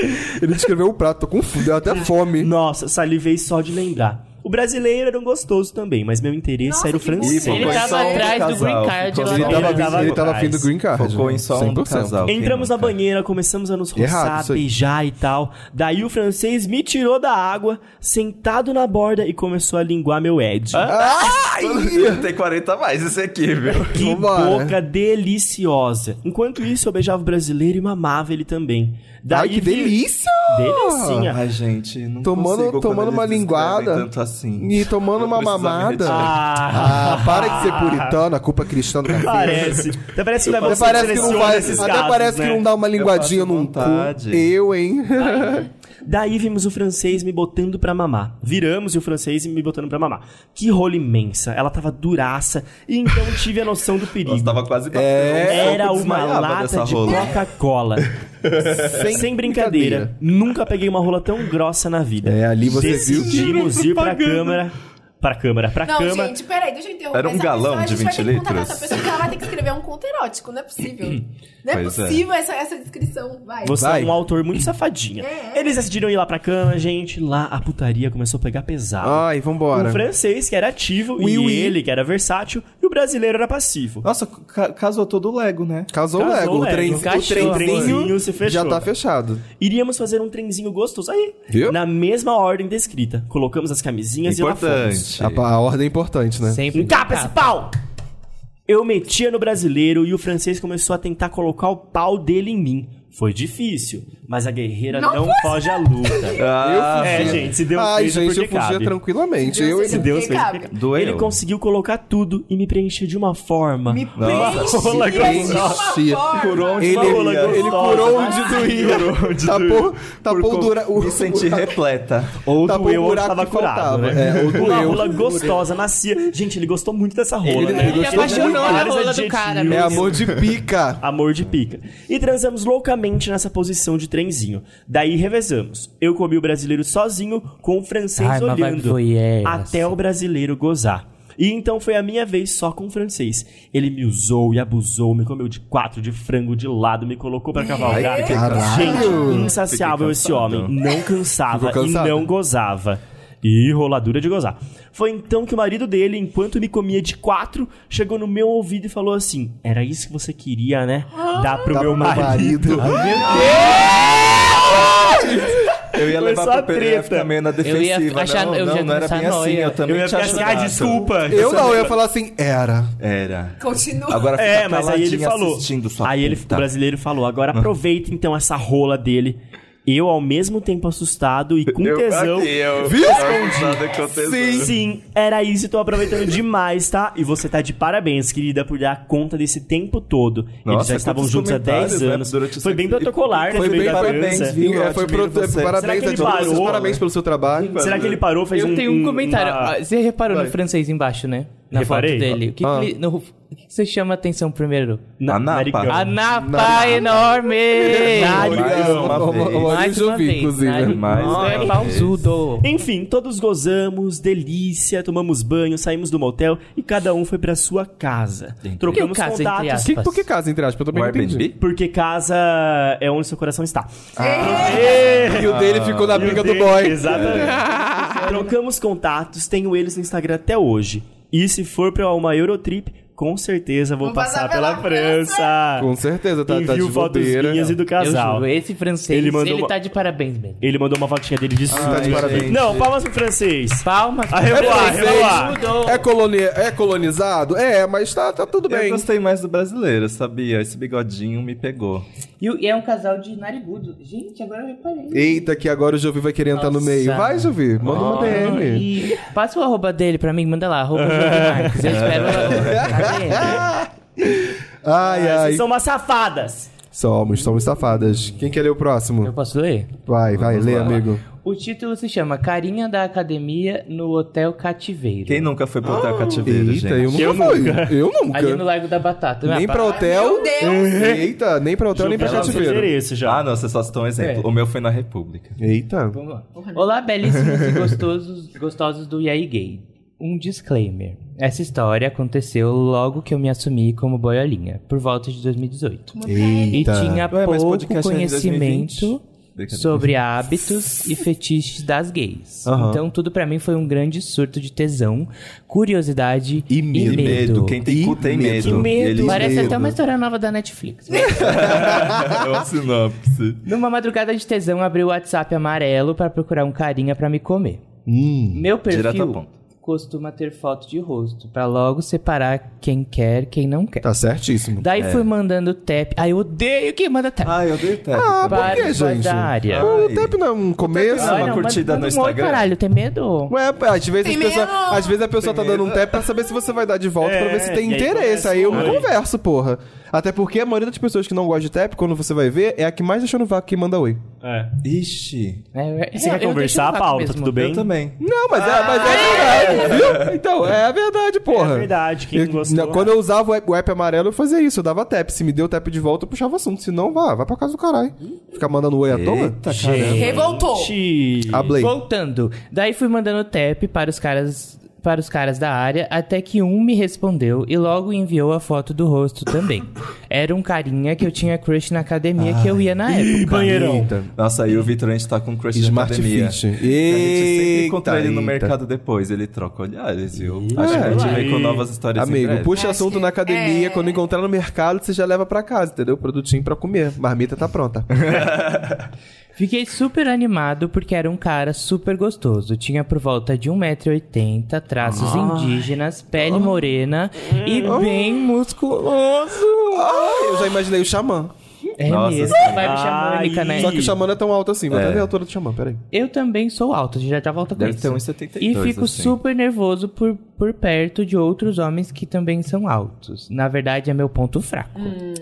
Speaker 2: Ele descreveu o prato, tô com fome, deu até fome.
Speaker 3: Nossa, salivei só de lembrar. O brasileiro era um gostoso também, mas meu interesse
Speaker 5: Nossa,
Speaker 3: era o
Speaker 5: que bom.
Speaker 3: francês.
Speaker 4: Ele
Speaker 1: Foi
Speaker 4: tava
Speaker 1: só um
Speaker 4: atrás do
Speaker 1: casal,
Speaker 4: green card.
Speaker 1: ficou
Speaker 4: lá
Speaker 2: Ele
Speaker 4: dentro.
Speaker 2: tava,
Speaker 3: tava
Speaker 2: ele tava
Speaker 3: atrás.
Speaker 2: afim do green card.
Speaker 1: Focou em só um do
Speaker 2: 100%.
Speaker 1: casal. quem
Speaker 3: Entramos na
Speaker 1: nunca?
Speaker 3: banheira, começamos a nos
Speaker 2: Errado,
Speaker 3: roçar,
Speaker 2: isso aí.
Speaker 3: beijar e tal. Daí o francês me tirou da água, sentado na borda e começou a linguar meu Ed.
Speaker 2: Ah,
Speaker 1: Ai, tem 40 a mais esse aqui, viu?
Speaker 3: Que
Speaker 2: Vambora.
Speaker 3: boca deliciosa. Enquanto isso, eu beijava o brasileiro e mamava ele também. Daí
Speaker 2: Ai, que
Speaker 3: vi-
Speaker 2: delícia!
Speaker 3: Delicinha.
Speaker 1: Ai, gente, não
Speaker 2: Tomando-
Speaker 1: consigo quando
Speaker 2: tomando
Speaker 1: eles
Speaker 2: uma
Speaker 1: escrevem
Speaker 2: linguada.
Speaker 1: tanto assim.
Speaker 2: E tomando
Speaker 1: Eu
Speaker 2: uma
Speaker 1: preciso me
Speaker 2: mamada.
Speaker 1: retirar.
Speaker 3: Ah,
Speaker 2: Ah, para de ser puritano, a culpa é cristã do café.
Speaker 3: parece. Até parece que o
Speaker 2: Até
Speaker 3: Levan
Speaker 2: parece que não
Speaker 3: seleciona
Speaker 2: vai,
Speaker 3: esses
Speaker 2: até
Speaker 3: casos,
Speaker 2: parece que
Speaker 3: né?
Speaker 2: não dá uma linguadinha
Speaker 1: faço
Speaker 2: num
Speaker 1: vontade.
Speaker 2: cu. Eu, hein?
Speaker 3: Daí vimos o francês me botando pra mamar. Viramos e o francês me botando pra mamar. Que rola imensa. Ela tava duraça. E então tive a noção do perigo.
Speaker 1: Nossa, tava
Speaker 2: É.
Speaker 1: quase batendo. Eu
Speaker 3: Era uma
Speaker 1: desmaiava
Speaker 3: lata
Speaker 1: dessa
Speaker 3: de
Speaker 1: rola.
Speaker 3: Coca-Cola. Sem, brincadeira. Nunca peguei uma rola tão grossa na vida.
Speaker 2: É, ali você viu que-
Speaker 3: Decidimos ir pra câmara. Pra câmara, pra
Speaker 5: Não,
Speaker 3: cama.
Speaker 5: gente, é peraí, deixa eu interromper.
Speaker 1: Era um
Speaker 5: essa
Speaker 1: galão
Speaker 5: pessoa,
Speaker 1: de
Speaker 5: A gente
Speaker 1: 20
Speaker 5: vai ter que contratar
Speaker 1: litros?
Speaker 5: essa pessoa porque ela vai ter que escrever um conto erótico, não é possível. Não é
Speaker 1: Pois é.
Speaker 5: possível Essa, essa descrição, vai.
Speaker 3: Você
Speaker 2: Vai.
Speaker 3: é um autor muito safadinha.
Speaker 5: É,
Speaker 3: Eles decidiram ir lá pra cama, gente. Lá a putaria começou a pegar pesado.
Speaker 2: Ai,
Speaker 3: O
Speaker 2: vambora.
Speaker 3: francês, que era ativo,
Speaker 2: Oui,
Speaker 3: e
Speaker 2: oui.
Speaker 3: ele, que era versátil, e o brasileiro era passivo.
Speaker 1: Nossa, ca- casou todo o Lego, né?
Speaker 2: Casou o
Speaker 3: Casou
Speaker 2: Lego.
Speaker 3: o
Speaker 2: O
Speaker 3: Lego.
Speaker 2: trem- o
Speaker 4: Encaixou.
Speaker 2: trenzinho
Speaker 4: O
Speaker 3: trenzinho se fechou.
Speaker 2: já tá fechado.
Speaker 3: Iríamos fazer um trenzinho gostoso aí.
Speaker 2: Viu?
Speaker 3: Na mesma ordem descrita. Colocamos as camisinhas e lá fomos.
Speaker 1: Importante.
Speaker 2: A, a ordem é importante, né?
Speaker 4: Sempre.
Speaker 3: Encapa esse pau! Eu metia no brasileiro e o francês começou a tentar colocar o pau dele em mim. Foi difícil, mas a guerreira
Speaker 5: Não
Speaker 3: não,
Speaker 5: foi. assim.
Speaker 3: foge à luta.
Speaker 2: <laughs>
Speaker 1: Ah,
Speaker 3: é, gente, se deu
Speaker 2: Ai,
Speaker 3: seja
Speaker 2: gente, eu
Speaker 3: porque
Speaker 2: fugia
Speaker 3: cabe.
Speaker 2: tranquilamente.
Speaker 5: Deus
Speaker 2: Eu,
Speaker 5: seja
Speaker 2: hein?
Speaker 3: Deus
Speaker 5: porque
Speaker 3: fez
Speaker 5: cabe.
Speaker 1: doeu.
Speaker 3: Ele conseguiu colocar tudo e me preencher de uma forma.
Speaker 5: Me
Speaker 1: Nossa,
Speaker 3: rola
Speaker 5: preenche de uma
Speaker 2: grossa.
Speaker 5: forma.
Speaker 1: Curou um
Speaker 2: Ele,
Speaker 3: Fala, gostosa.
Speaker 2: ele curou <laughs> onde
Speaker 3: <laughs>
Speaker 2: doía.
Speaker 3: Tá
Speaker 2: Tapou, tapou o dura- tá o- É <laughs>
Speaker 1: Me senti repleta.
Speaker 3: Ou
Speaker 2: Tapou
Speaker 3: doeu
Speaker 2: o
Speaker 3: ou
Speaker 2: buraco
Speaker 3: estava
Speaker 2: que
Speaker 3: curado,
Speaker 2: faltava.
Speaker 3: né?
Speaker 2: É, ou
Speaker 3: Uma
Speaker 2: doeu.
Speaker 3: rola gostosa, macia. Gente, ele gostou muito dessa rola,
Speaker 2: Ele-
Speaker 3: né?
Speaker 2: ele gostou
Speaker 3: Ele
Speaker 4: muito.
Speaker 3: vários
Speaker 4: A rola do cara,
Speaker 3: adjetivos.
Speaker 4: né?
Speaker 2: É amor de pica.
Speaker 3: Amor de pica. E transamos loucamente nessa posição de trenzinho. Daí revezamos. Eu comi o brasileiro sozinho, com o francês
Speaker 4: Ai, mas vai que
Speaker 3: olhando.
Speaker 4: foi essa.
Speaker 3: Até o brasileiro gozar. E então foi a minha vez só com o francês. Ele me usou e abusou, me comeu de quatro, de frango, de lado, me colocou pra cavalgar.
Speaker 2: fiquei cansado.
Speaker 3: Gente, insaciável
Speaker 1: Fiquei
Speaker 3: esse
Speaker 1: cansado.
Speaker 3: homem. Não cansava
Speaker 2: Ficou
Speaker 3: e
Speaker 2: cansado?
Speaker 3: não gozava. E roladura de gozar. Foi então que o marido dele, enquanto me comia de quatro, chegou no meu ouvido e falou assim: Era isso que você queria, né? Dá pro
Speaker 2: Tá
Speaker 3: meu
Speaker 2: pro meu
Speaker 3: marido.
Speaker 2: marido.
Speaker 1: Eu ia
Speaker 3: Foi
Speaker 1: levar
Speaker 3: só
Speaker 1: pro Pedro, eu ia
Speaker 3: treta.
Speaker 1: ficar meio na defensiva.
Speaker 4: achar-
Speaker 1: não,
Speaker 4: eu já
Speaker 1: não, não era
Speaker 4: começar
Speaker 1: bem
Speaker 4: a
Speaker 1: assim.
Speaker 4: noia.
Speaker 1: Eu também
Speaker 3: <laughs> Eu ia
Speaker 1: tinha
Speaker 3: ficar assim: Ah,
Speaker 1: ajudado."
Speaker 3: desculpa.
Speaker 2: Eu não, eu ia falar assim, era.
Speaker 1: Era.
Speaker 5: Continua.
Speaker 1: Agora fica
Speaker 3: É, mas aí ele
Speaker 1: caladinha
Speaker 3: falou.
Speaker 1: assistindo sua
Speaker 3: Aí ele, o
Speaker 1: puta.
Speaker 3: brasileiro falou: Agora aproveita então essa rola dele. Eu, ao mesmo tempo assustado e com tesão.
Speaker 2: Viu?
Speaker 1: Sim.
Speaker 3: Sim, era isso, eu tô aproveitando demais, tá? E você tá de parabéns, querida, por dar conta desse tempo todo. Eles
Speaker 1: Nossa,
Speaker 3: já estavam
Speaker 1: quantos
Speaker 3: juntos há 10
Speaker 1: comentários, né,
Speaker 3: anos.
Speaker 1: durante o
Speaker 3: Foi bem
Speaker 1: sexo-
Speaker 3: protocolar, né?
Speaker 1: Foi
Speaker 3: no meio
Speaker 1: bem
Speaker 3: da
Speaker 1: parabéns,
Speaker 3: dança.
Speaker 1: viu? Eu
Speaker 2: É, foi
Speaker 1: admiro
Speaker 2: pro-
Speaker 1: você.
Speaker 3: Será
Speaker 2: parabéns
Speaker 3: que
Speaker 2: a
Speaker 3: ele
Speaker 2: todos vocês,
Speaker 3: parou?
Speaker 2: parabéns pelo seu trabalho.
Speaker 3: Será que ele parou, fez um...
Speaker 4: Eu tenho um comentário.
Speaker 3: uma-
Speaker 4: Ah, Você reparou
Speaker 3: Vai.
Speaker 4: no francês embaixo, né? Na
Speaker 3: Reparei.
Speaker 4: foto dele. O que,
Speaker 2: Ah.
Speaker 4: que ele- no- o que que você chama a atenção primeiro?
Speaker 1: A Napa.
Speaker 3: narigão.
Speaker 4: A napa enorme!
Speaker 1: Mais
Speaker 3: Narigão.
Speaker 1: uma
Speaker 2: Uma- uma-
Speaker 1: vez.
Speaker 2: uma-
Speaker 4: Mais
Speaker 2: Olha, eu
Speaker 4: uma
Speaker 2: vi,
Speaker 4: vez.
Speaker 2: inclusive.
Speaker 4: Nari-
Speaker 1: Mais
Speaker 4: Não,
Speaker 1: uma
Speaker 4: é
Speaker 1: vez.
Speaker 4: pausudo.
Speaker 3: Enfim, todos gozamos, delícia, tomamos banho, saímos do motel e cada um foi pra sua casa. Trocamos
Speaker 4: E o casa, entre
Speaker 3: contatos.
Speaker 4: aspas?
Speaker 2: Que- por que casa, entre aspas? Eu
Speaker 1: O
Speaker 2: também não entendi.
Speaker 1: Airbnb?
Speaker 3: Porque casa é onde seu coração está.
Speaker 2: E o dele ficou na
Speaker 3: Meu
Speaker 2: briga do
Speaker 3: Deus,
Speaker 2: boy.
Speaker 3: Exatamente. Trocamos contatos, tenho eles no Instagram até hoje. E se for pra uma Eurotrip, com certeza vou
Speaker 5: Vou
Speaker 3: passar, pela, França.
Speaker 2: Com certeza, tá, tá de
Speaker 3: Envio fotos
Speaker 2: bobeira.
Speaker 3: minhas e do
Speaker 4: Eu
Speaker 3: casal.
Speaker 4: juro, esse francês,
Speaker 3: Ele
Speaker 4: ele,
Speaker 3: mandou uma-
Speaker 4: tá de parabéns mesmo.
Speaker 3: Ele mandou uma fotinha dele de
Speaker 2: tá de
Speaker 3: sunga.
Speaker 2: parabéns.
Speaker 3: Não, palmas pro francês.
Speaker 4: Palmas.
Speaker 3: Ah, revoar,
Speaker 4: Francês
Speaker 3: revoar.
Speaker 4: mudou.
Speaker 2: É, coloni é colonizado? É, mas tá, tá tudo
Speaker 1: Eu
Speaker 2: bem.
Speaker 1: gostei mais do brasileiro, sabia? Esse bigodinho me pegou.
Speaker 4: E, o- e é um casal de narigudo. Gente, agora eu reparei.
Speaker 2: Eita, que agora o Jovi vai querer entrar no
Speaker 4: Nossa.
Speaker 2: meio. Vai, Jovi, manda uma DM.
Speaker 4: E passa o arroba dele pra mim, manda lá, arroba Jovi Marques. Eu espero a- a DM.
Speaker 2: Ai,
Speaker 3: Vocês
Speaker 2: ai.
Speaker 3: são umas safadas.
Speaker 2: Somos, somos safadas. Quem quer ler o
Speaker 4: Eu
Speaker 1: Tipo,
Speaker 2: próximo?
Speaker 4: posso ler?
Speaker 2: Vai, vai, lê, amigo.
Speaker 4: O título se chama Carinha da Academia no Hotel Cativeiro.
Speaker 1: Quem nunca foi pro hotel cativeiro,
Speaker 2: Eita, eu
Speaker 1: gente?
Speaker 2: nunca
Speaker 3: Eu
Speaker 2: fui. Eu
Speaker 4: Ali no
Speaker 2: nunca.
Speaker 4: Largo da Batata.
Speaker 2: Nem
Speaker 4: Ah,
Speaker 2: pra
Speaker 4: ba-
Speaker 2: hotel.
Speaker 5: Meu Deus.
Speaker 2: Eita, nem pra hotel, nem pra
Speaker 3: Juro, eu não sei
Speaker 2: cativeiro.
Speaker 3: endereço já.
Speaker 1: Ah, não, você só citou um exemplo.
Speaker 4: É.
Speaker 1: O meu foi na República.
Speaker 2: Eita.
Speaker 4: Vamos lá. Olá, belíssimos e gostosos, gostosos do Yay Gay. Um disclaimer. Essa história aconteceu logo que eu me assumi como boiolinha, por volta de 2018. E
Speaker 2: Eita.
Speaker 4: tinha
Speaker 1: Ué, mas
Speaker 4: pouco
Speaker 1: podcast é de 2020?
Speaker 4: conhecimento sobre hábitos e fetiches das gays.
Speaker 2: Aham.
Speaker 4: Então tudo pra mim foi um grande surto de tesão, curiosidade e,
Speaker 2: E medo.
Speaker 1: E medo.
Speaker 4: medo.
Speaker 1: Quem tem
Speaker 2: E
Speaker 1: cu tem
Speaker 2: medo.
Speaker 1: medo.
Speaker 2: Que
Speaker 1: E eles- né?
Speaker 4: Parece
Speaker 2: medo.
Speaker 4: até uma história nova da Netflix.
Speaker 1: <laughs> é uma sinopse.
Speaker 4: Numa madrugada de tesão, abri o WhatsApp amarelo pra procurar um carinha pra me comer.
Speaker 2: Hum.
Speaker 4: Meu
Speaker 1: Direto ao
Speaker 4: perfil
Speaker 1: ponto.
Speaker 4: costuma ter foto de rosto, pra logo separar quem quer, quem não quer.
Speaker 2: Tá certíssimo.
Speaker 4: Daí
Speaker 1: É.
Speaker 4: fui mandando tap. Ai, eu odeio quem manda tap.
Speaker 1: Ah, eu dei o tap.
Speaker 2: Ah, por
Speaker 4: Para
Speaker 2: que,
Speaker 4: de
Speaker 2: gente?
Speaker 4: guardar a área.
Speaker 2: O tap não é um começo.
Speaker 1: Ah, uma
Speaker 4: manda-
Speaker 1: curtida
Speaker 4: manda
Speaker 1: no
Speaker 4: um oi,
Speaker 1: Instagram.
Speaker 4: caralho, tem medo?
Speaker 2: Ué, às vezes,
Speaker 5: Tem
Speaker 2: as pessoas,
Speaker 5: medo.
Speaker 2: às vezes a pessoa tá
Speaker 1: Tem
Speaker 2: dando um tap pra saber se você vai dar de volta,
Speaker 3: É,
Speaker 2: pra ver se tem
Speaker 3: e aí
Speaker 2: interesse.
Speaker 3: começa
Speaker 2: Aí eu
Speaker 3: um
Speaker 2: não
Speaker 3: oi.
Speaker 2: converso, porra. Até porque a maioria das pessoas que não gosta de tap, quando você vai ver, é a que mais deixou no vácuo que manda oi.
Speaker 3: É.
Speaker 1: Ixi.
Speaker 4: É, é,
Speaker 3: Você
Speaker 4: eu
Speaker 3: quer
Speaker 4: deixo no
Speaker 3: conversar,
Speaker 4: vácuo
Speaker 3: pauta?
Speaker 4: mesmo.
Speaker 3: Tudo bem?
Speaker 1: Eu também.
Speaker 2: Não, mas, é, mas
Speaker 5: Ah,
Speaker 2: é verdade, viu? Então, é a verdade, porra.
Speaker 3: É verdade, quem
Speaker 2: Eu-
Speaker 3: gostou. né?
Speaker 2: na- quando eu usava o app, o app amarelo, eu fazia isso, eu dava tap. Se me deu tap de volta, eu puxava o assunto. Se não, vá, vai pra casa do caralho. Ficar mandando oi à toa?
Speaker 1: Eita, caramba.
Speaker 5: Revoltou.
Speaker 3: Gente.
Speaker 2: A Blay.
Speaker 4: Voltando. Daí fui mandando tap para os caras para os caras da área, até que um me respondeu e logo enviou a foto do rosto também. Era um carinha que eu tinha crush na academia que eu ia na época.
Speaker 3: Banheirão.
Speaker 2: Eita.
Speaker 1: Nossa, aí o Vitor, a gente tá com um crush
Speaker 2: Smart
Speaker 1: de academia.
Speaker 2: Fit.
Speaker 1: a gente sempre encontra
Speaker 2: Eita,
Speaker 1: ele no
Speaker 2: eita.
Speaker 1: mercado depois, ele troca olhares, viu? Acho que
Speaker 2: É.
Speaker 1: a gente vem com novas histórias em
Speaker 2: Amigo,
Speaker 1: breve.
Speaker 2: puxa
Speaker 5: Acho
Speaker 2: assunto
Speaker 5: que-
Speaker 2: na academia,
Speaker 5: é.
Speaker 2: quando encontrar no mercado, você já leva pra casa, entendeu? Produtinho pra comer. Marmita tá pronta.
Speaker 4: Fiquei super animado porque era um cara super gostoso. Tinha por volta de 1,80m, traços indígenas, pele morena e bem musculoso.
Speaker 2: Ah, eu já imaginei o xamã.
Speaker 4: É
Speaker 1: Nossa
Speaker 4: mesmo,
Speaker 1: senhora.
Speaker 4: vai me xamânica, né?
Speaker 2: Só que o xamã não é tão alto assim. Vou até
Speaker 1: É.
Speaker 2: ver a altura do xamã, peraí.
Speaker 4: Eu também sou alto, a gente já tá volta com
Speaker 1: Deve
Speaker 4: isso.
Speaker 1: ter uns 72,
Speaker 4: E fico
Speaker 1: assim.
Speaker 4: super nervoso por, por perto de outros homens que também são altos. Na verdade, é meu ponto fraco.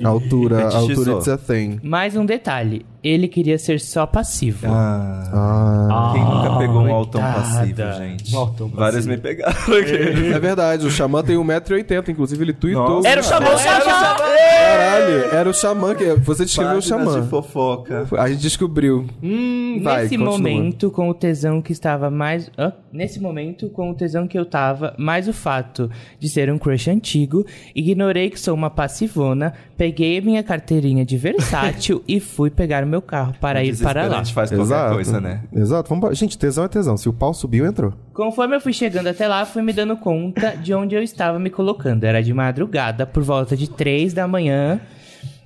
Speaker 2: A altura, a
Speaker 1: Fetichizou.
Speaker 2: altura É de Zethem.
Speaker 4: Mais um detalhe: ele queria ser só passivo.
Speaker 1: Ah,
Speaker 2: Ah.
Speaker 1: quem nunca pegou um altão
Speaker 4: coitada.
Speaker 1: passivo, gente?
Speaker 4: Um altão passivo.
Speaker 1: Várias me pegaram. aqui.
Speaker 2: É verdade, o xamã tem 1,80m, inclusive ele tweetou.
Speaker 1: Nossa. Era o
Speaker 3: Xamã, era o Xamã.
Speaker 2: Caralho, era o xamã que. Você descreveu o
Speaker 1: Páginas
Speaker 2: xamã.
Speaker 1: de fofoca.
Speaker 2: A gente descobriu. Hum, vai,
Speaker 4: nesse
Speaker 2: continua.
Speaker 4: momento, com o tesão que estava mais. Hã? Nesse momento, com o tesão que eu tava, mais o fato de ser um crush antigo, ignorei que sou uma passivona, peguei a minha carteirinha
Speaker 1: <laughs>
Speaker 4: de versátil e fui pegar o meu carro para ir para lá.
Speaker 1: A gente faz qualquer
Speaker 2: Exato.
Speaker 1: coisa, né?
Speaker 2: Exato. Vamos pra- Gente, tesão é tesão. Se o pau subiu, entrou.
Speaker 4: Conforme eu fui chegando até lá, fui me dando conta de onde eu estava me colocando. Era de madrugada, por volta de três da manhã,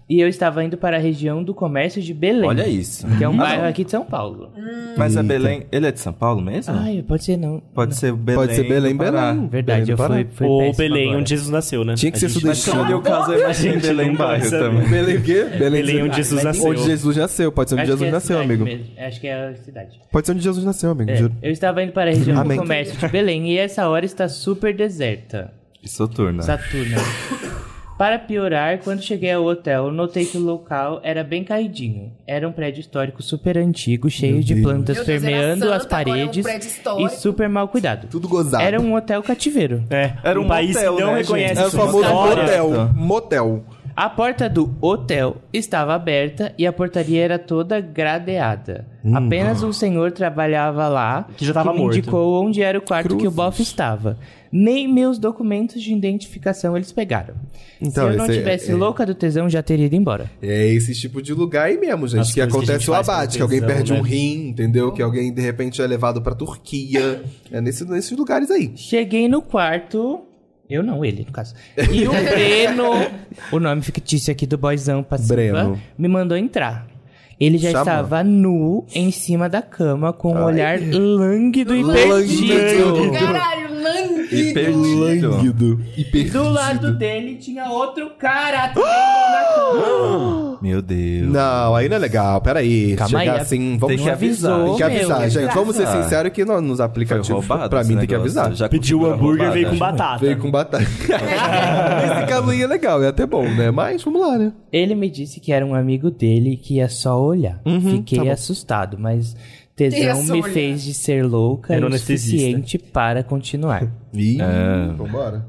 Speaker 4: e eu estava indo para a região do comércio de Belém.
Speaker 1: Olha isso.
Speaker 4: Que é um
Speaker 1: Ah,
Speaker 4: bairro
Speaker 1: não.
Speaker 4: aqui de São Paulo.
Speaker 1: Mas é Belém. Ele é de São Paulo mesmo?
Speaker 4: Ai, pode ser não. Hum,
Speaker 1: Pode ser Belém.
Speaker 2: Pode ser Belém,
Speaker 1: do Pará.
Speaker 2: Belém.
Speaker 4: Verdade, eu
Speaker 2: Pará.
Speaker 4: fui, fui
Speaker 3: Ou
Speaker 4: péssimo
Speaker 3: Belém,
Speaker 4: agora.
Speaker 3: onde Jesus nasceu, né?
Speaker 2: Tinha que
Speaker 3: A
Speaker 2: ser
Speaker 3: gente
Speaker 1: Mas
Speaker 2: sudeste.
Speaker 1: como deu o caso, eu imaginei
Speaker 3: Gente,
Speaker 1: Belém
Speaker 3: não vai
Speaker 1: bairro
Speaker 3: saber.
Speaker 1: também.
Speaker 2: Belém o quê?
Speaker 3: Belém onde Jesus nasceu.
Speaker 2: Onde Jesus nasceu. Pode ser onde
Speaker 4: Acho que é
Speaker 2: Jesus
Speaker 4: a
Speaker 2: nasceu,
Speaker 4: cidade
Speaker 2: amigo.
Speaker 4: mesmo. Acho que é a cidade.
Speaker 2: Pode ser onde Jesus nasceu, amigo.
Speaker 4: É,
Speaker 2: Juro.
Speaker 4: eu estava indo para a região
Speaker 2: Amém.
Speaker 4: do comércio de Belém e essa hora está super deserta.
Speaker 1: E Soturna.
Speaker 5: Tá.
Speaker 4: Saturno. Para piorar, quando cheguei ao hotel, notei que o local era bem caidinho. Era um prédio histórico super antigo, cheio de plantas
Speaker 5: Meu Deus, era
Speaker 4: permeando
Speaker 5: santa,
Speaker 4: as
Speaker 5: agora é um
Speaker 4: paredes
Speaker 5: prédio
Speaker 4: e
Speaker 5: histórico.
Speaker 4: super mal cuidado.
Speaker 2: Tudo gozado.
Speaker 4: Era um hotel cativeiro.
Speaker 3: É,
Speaker 1: Era um
Speaker 3: país
Speaker 1: motel,
Speaker 3: que não
Speaker 1: né,
Speaker 3: reconhece
Speaker 1: gente?
Speaker 2: Era é o
Speaker 3: sua
Speaker 2: famoso
Speaker 3: história.
Speaker 2: motel. Motel.
Speaker 4: A porta do hotel estava aberta e a portaria era toda gradeada.
Speaker 2: Hum.
Speaker 4: Apenas um senhor trabalhava lá
Speaker 3: Que já tava
Speaker 4: me
Speaker 3: morto.
Speaker 4: indicou onde era o quarto que o
Speaker 2: Cruzes.
Speaker 4: bofe estava. Nem meus documentos de identificação eles pegaram.
Speaker 2: Então,
Speaker 4: Se eu não
Speaker 2: esse é-
Speaker 4: tivesse
Speaker 2: é-
Speaker 4: louca do tesão, já teria ido embora.
Speaker 2: É esse tipo de lugar aí mesmo, gente.
Speaker 3: As
Speaker 2: que
Speaker 3: coisas que a
Speaker 2: acontece
Speaker 3: gente
Speaker 2: o
Speaker 3: faz com
Speaker 2: abate, que alguém
Speaker 3: tesão,
Speaker 2: perde
Speaker 3: né?
Speaker 2: um rim, entendeu? Que alguém, de repente, é levado pra Turquia. É nesse- nesses lugares aí.
Speaker 4: Cheguei no quarto. Eu não, ele, no caso. E <laughs> o Breno, o nome fictício aqui do boyzão passiva,
Speaker 2: Breno.
Speaker 4: me mandou entrar. Ele já
Speaker 2: Chamou.
Speaker 4: estava nu em cima da cama, com um olhar lânguido e
Speaker 2: Lânguido.
Speaker 4: perdido.
Speaker 5: Caralho,
Speaker 1: E
Speaker 5: Lang!
Speaker 1: perdido.
Speaker 2: Lânguido e perdido.
Speaker 4: Do lado dele tinha outro cara atrás na cama.
Speaker 1: Meu Deus.
Speaker 2: Não, aí não é legal, peraí.
Speaker 4: Calma
Speaker 2: Chegar
Speaker 4: aí,
Speaker 2: assim, vamos
Speaker 1: tem que
Speaker 2: Tem
Speaker 1: avisar.
Speaker 2: que
Speaker 4: Ô, meu,
Speaker 2: avisar,
Speaker 4: que
Speaker 2: gente. Vamos ser
Speaker 1: desgraça.
Speaker 2: sinceros que no- nos
Speaker 1: Foi
Speaker 2: aplicativos,
Speaker 1: roubado
Speaker 2: tipo, pra
Speaker 1: esse
Speaker 2: mim, tem que
Speaker 1: negócio.
Speaker 2: avisar.
Speaker 1: Já
Speaker 3: Pediu
Speaker 1: configura
Speaker 2: né?
Speaker 1: roubada,
Speaker 3: hambúrguer, veio com
Speaker 1: acho.
Speaker 3: batata.
Speaker 2: Veio com batata. Esse caminho é legal, é até bom, né? Mas vamos lá, né?
Speaker 4: Ele me disse que era um amigo dele e que ia só olhar.
Speaker 2: Uhum, tá
Speaker 4: Fiquei assustado, mas
Speaker 5: Ia
Speaker 4: tesão
Speaker 5: só
Speaker 4: me
Speaker 5: olhar.
Speaker 4: fez de ser louca
Speaker 3: Era
Speaker 4: e o
Speaker 3: anestesista.
Speaker 4: suficiente para continuar.
Speaker 2: Ih,
Speaker 1: É.
Speaker 2: vambora.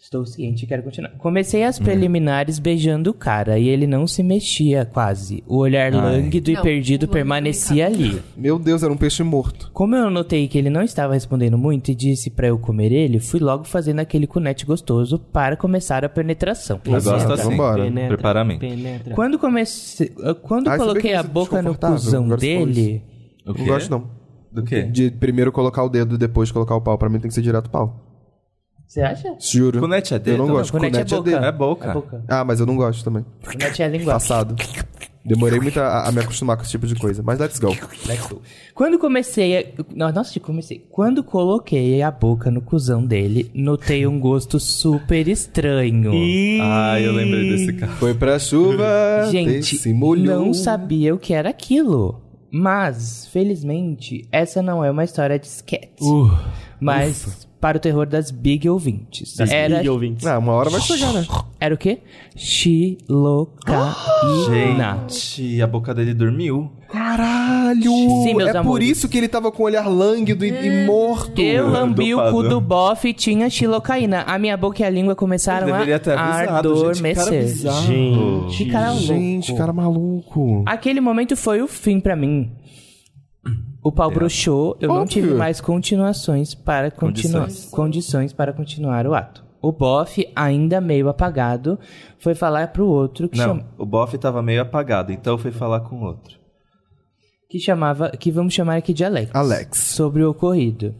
Speaker 4: Estou ciente e quero continuar. Comecei as preliminares beijando o cara e ele não se mexia quase. O olhar lânguido e
Speaker 5: Não,
Speaker 4: perdido
Speaker 5: vamos
Speaker 4: permanecia ali.
Speaker 2: Meu Deus, era um peixe morto.
Speaker 4: Como eu notei que ele não estava respondendo muito e disse pra eu comer ele, fui logo fazendo aquele cunete gostoso para começar a penetração.
Speaker 1: Eu gosto assim.
Speaker 2: tá Vambora.
Speaker 1: Penetra, Preparamento.
Speaker 3: Penetra.
Speaker 4: Quando comecei, quando
Speaker 2: Ai, sabia
Speaker 4: coloquei
Speaker 2: que isso
Speaker 4: a
Speaker 2: é
Speaker 4: boca no
Speaker 2: desconfortável,
Speaker 4: cuzão
Speaker 2: agora você falou
Speaker 4: dele,
Speaker 1: O quê?
Speaker 2: Não gosto, não.
Speaker 1: Do quê?
Speaker 2: um De primeiro colocar o dedo e depois colocar o pau. Pra mim tem que ser direto pau.
Speaker 4: você acha?
Speaker 2: Juro.
Speaker 1: Cunete é
Speaker 2: Eu
Speaker 1: dedo?
Speaker 2: não
Speaker 1: Não,
Speaker 2: gosto.
Speaker 4: cunete é
Speaker 2: Cunete é
Speaker 4: boca.
Speaker 2: dedo.
Speaker 1: É boca.
Speaker 4: É boca.
Speaker 2: Ah, mas eu não gosto também.
Speaker 4: Cunete é a linguagem.
Speaker 2: Passado. Demorei muito a, a me acostumar com esse tipo de coisa. Mas let's go.
Speaker 4: Quando comecei a... no- Nossa, eu comecei. Quando coloquei a boca no cuzão dele, notei um gosto super estranho.
Speaker 1: Ah, eu lembrei desse cara.
Speaker 2: Foi pra chuva.
Speaker 4: Gente,
Speaker 2: se molhou.
Speaker 4: não sabia o que era aquilo. Mas, felizmente, essa não é uma história de sketch.
Speaker 1: Uh,
Speaker 4: mas para o terror das big ouvintes.
Speaker 3: Das
Speaker 4: era,
Speaker 3: big ouvintes.
Speaker 2: Ah, uma hora vai chegar, né?
Speaker 4: era o quê?
Speaker 1: <gasps>
Speaker 4: Xilocaína.
Speaker 1: Gente, a boca dele dormiu.
Speaker 2: Caralho!
Speaker 4: Sim, meus
Speaker 2: é por
Speaker 4: amores.
Speaker 2: isso que ele tava com o olhar lânguido e, e morto.
Speaker 4: Eu lambi o cu
Speaker 1: Dopado.
Speaker 4: do bofe e tinha xilocaína. A minha boca e a língua começaram
Speaker 1: Ele
Speaker 4: a
Speaker 1: deveria ter avisado, gente. Que cara
Speaker 4: adormecer.
Speaker 1: bizarro.
Speaker 3: Gente.
Speaker 4: Que cara
Speaker 2: Gente,
Speaker 4: louco.
Speaker 2: cara maluco.
Speaker 4: Aquele momento foi o fim pra mim. O pau broxou, eu não
Speaker 2: Óbvio.
Speaker 4: tive mais continuações para continuar
Speaker 1: Condições.
Speaker 4: condições para continuar o ato. O bofe, ainda meio apagado, foi falar pro outro que, cham-
Speaker 1: Não, o bofe tava meio apagado, então eu fui falar com o outro.
Speaker 4: que chamava, que vamos chamar aqui de Alex,
Speaker 2: Alex.
Speaker 4: sobre o ocorrido.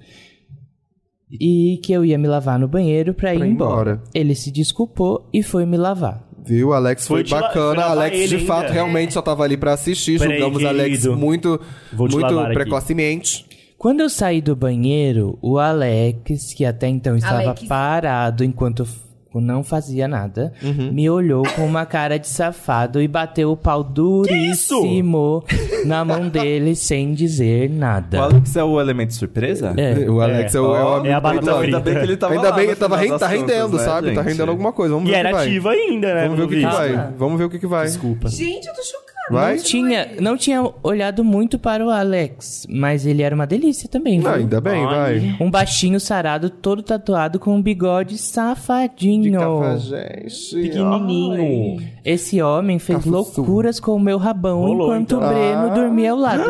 Speaker 4: E que eu ia me lavar no banheiro pra ir
Speaker 2: Pra ir
Speaker 4: embora.
Speaker 2: embora.
Speaker 4: Ele se desculpou e foi me lavar.
Speaker 2: Viu? Alex foi,
Speaker 3: Foi te la- foi
Speaker 2: bacana.
Speaker 3: lavar
Speaker 2: Alex,
Speaker 3: ele
Speaker 2: de
Speaker 3: ainda.
Speaker 2: fato, realmente só tava ali pra assistir.
Speaker 3: Peraí,
Speaker 2: Julgamos Alex
Speaker 3: querido.
Speaker 2: muito,
Speaker 3: Vou te lavar
Speaker 2: muito
Speaker 3: aqui.
Speaker 2: precocemente.
Speaker 4: Quando eu saí do banheiro, o Alex, que até então estava
Speaker 5: Alex.
Speaker 4: parado enquanto f- não fazia nada,
Speaker 2: Uhum.
Speaker 4: me olhou com uma cara de safado e bateu o pau duríssimo na mão dele sem dizer
Speaker 1: O
Speaker 4: nada.
Speaker 1: Alex é o elemento surpresa?
Speaker 4: É.
Speaker 2: O Alex Tá. é, o, é o
Speaker 1: Ó,
Speaker 2: amigo
Speaker 3: é a batata
Speaker 2: do lado.
Speaker 3: frita.
Speaker 1: Ainda bem que ele tava
Speaker 2: Ainda
Speaker 1: lá
Speaker 2: bem
Speaker 1: no
Speaker 2: que tava
Speaker 1: final
Speaker 2: ren-
Speaker 1: das
Speaker 2: tá
Speaker 1: contas,
Speaker 2: rendendo,
Speaker 1: né,
Speaker 2: sabe? Tá
Speaker 1: gente?
Speaker 2: rendendo alguma coisa. Vamos
Speaker 3: E
Speaker 2: ver o
Speaker 3: era
Speaker 2: que vai.
Speaker 3: ativa ainda, né?
Speaker 2: Vamos ver o que, que
Speaker 3: pelo visto.
Speaker 2: vai. Vamos ver o que, que vai.
Speaker 3: Desculpa.
Speaker 5: Gente, eu tô chocada.
Speaker 2: Vai?
Speaker 5: Continua
Speaker 4: Tinha,
Speaker 5: aí.
Speaker 4: não tinha olhado muito para o Alex, mas ele era uma delícia também,
Speaker 2: Não,
Speaker 4: viu?
Speaker 2: ainda bem,
Speaker 3: Olha.
Speaker 2: vai.
Speaker 4: Um baixinho sarado, todo tatuado com um bigode
Speaker 2: De
Speaker 4: safadinho.
Speaker 2: cafajeste.
Speaker 3: Pequenininho.
Speaker 4: Esse homem fez
Speaker 2: Cafuçu.
Speaker 4: loucuras com o meu rabão
Speaker 3: Rolou,
Speaker 4: enquanto
Speaker 2: então.
Speaker 4: o Breno
Speaker 2: Ah.
Speaker 4: dormia ao lado.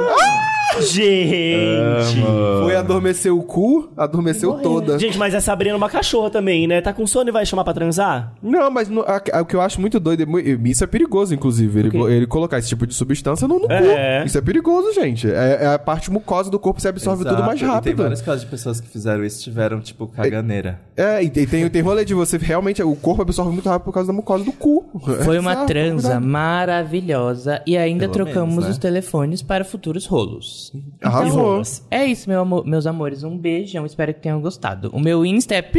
Speaker 3: Gente.
Speaker 2: Foi adormecer o cu, adormeceu toda.
Speaker 3: Gente, mas essa Brena é uma cachorra também, né? Tá com sono e vai chamar pra transar?
Speaker 2: Não, mas no- a- a- o que eu acho muito doido, é mu- isso é perigoso, inclusive. Ele, bo- ele colocar esse tipo de substância no, no
Speaker 3: É.
Speaker 2: cu. Isso é perigoso, gente. É, é a parte mucosa do corpo, você absorve
Speaker 1: Exato.
Speaker 2: tudo mais
Speaker 1: E tem
Speaker 2: rápido.
Speaker 1: vários casos de pessoas que fizeram isso e tiveram, tipo, caganeira.
Speaker 2: É, e tem, tem, tem rolê de você realmente. O corpo absorve muito rápido por causa da mucosa do cu.
Speaker 4: Foi uma
Speaker 2: Exato,
Speaker 4: transa
Speaker 2: cuidado.
Speaker 4: maravilhosa e ainda
Speaker 1: Pelo
Speaker 4: trocamos
Speaker 1: menos, né?
Speaker 4: os telefones para futuros rolos.
Speaker 3: E
Speaker 2: Arrasou.
Speaker 3: rolas.
Speaker 4: É isso, meu amor- meus amores. Um beijão, espero que tenham gostado. O meu Insta é pi,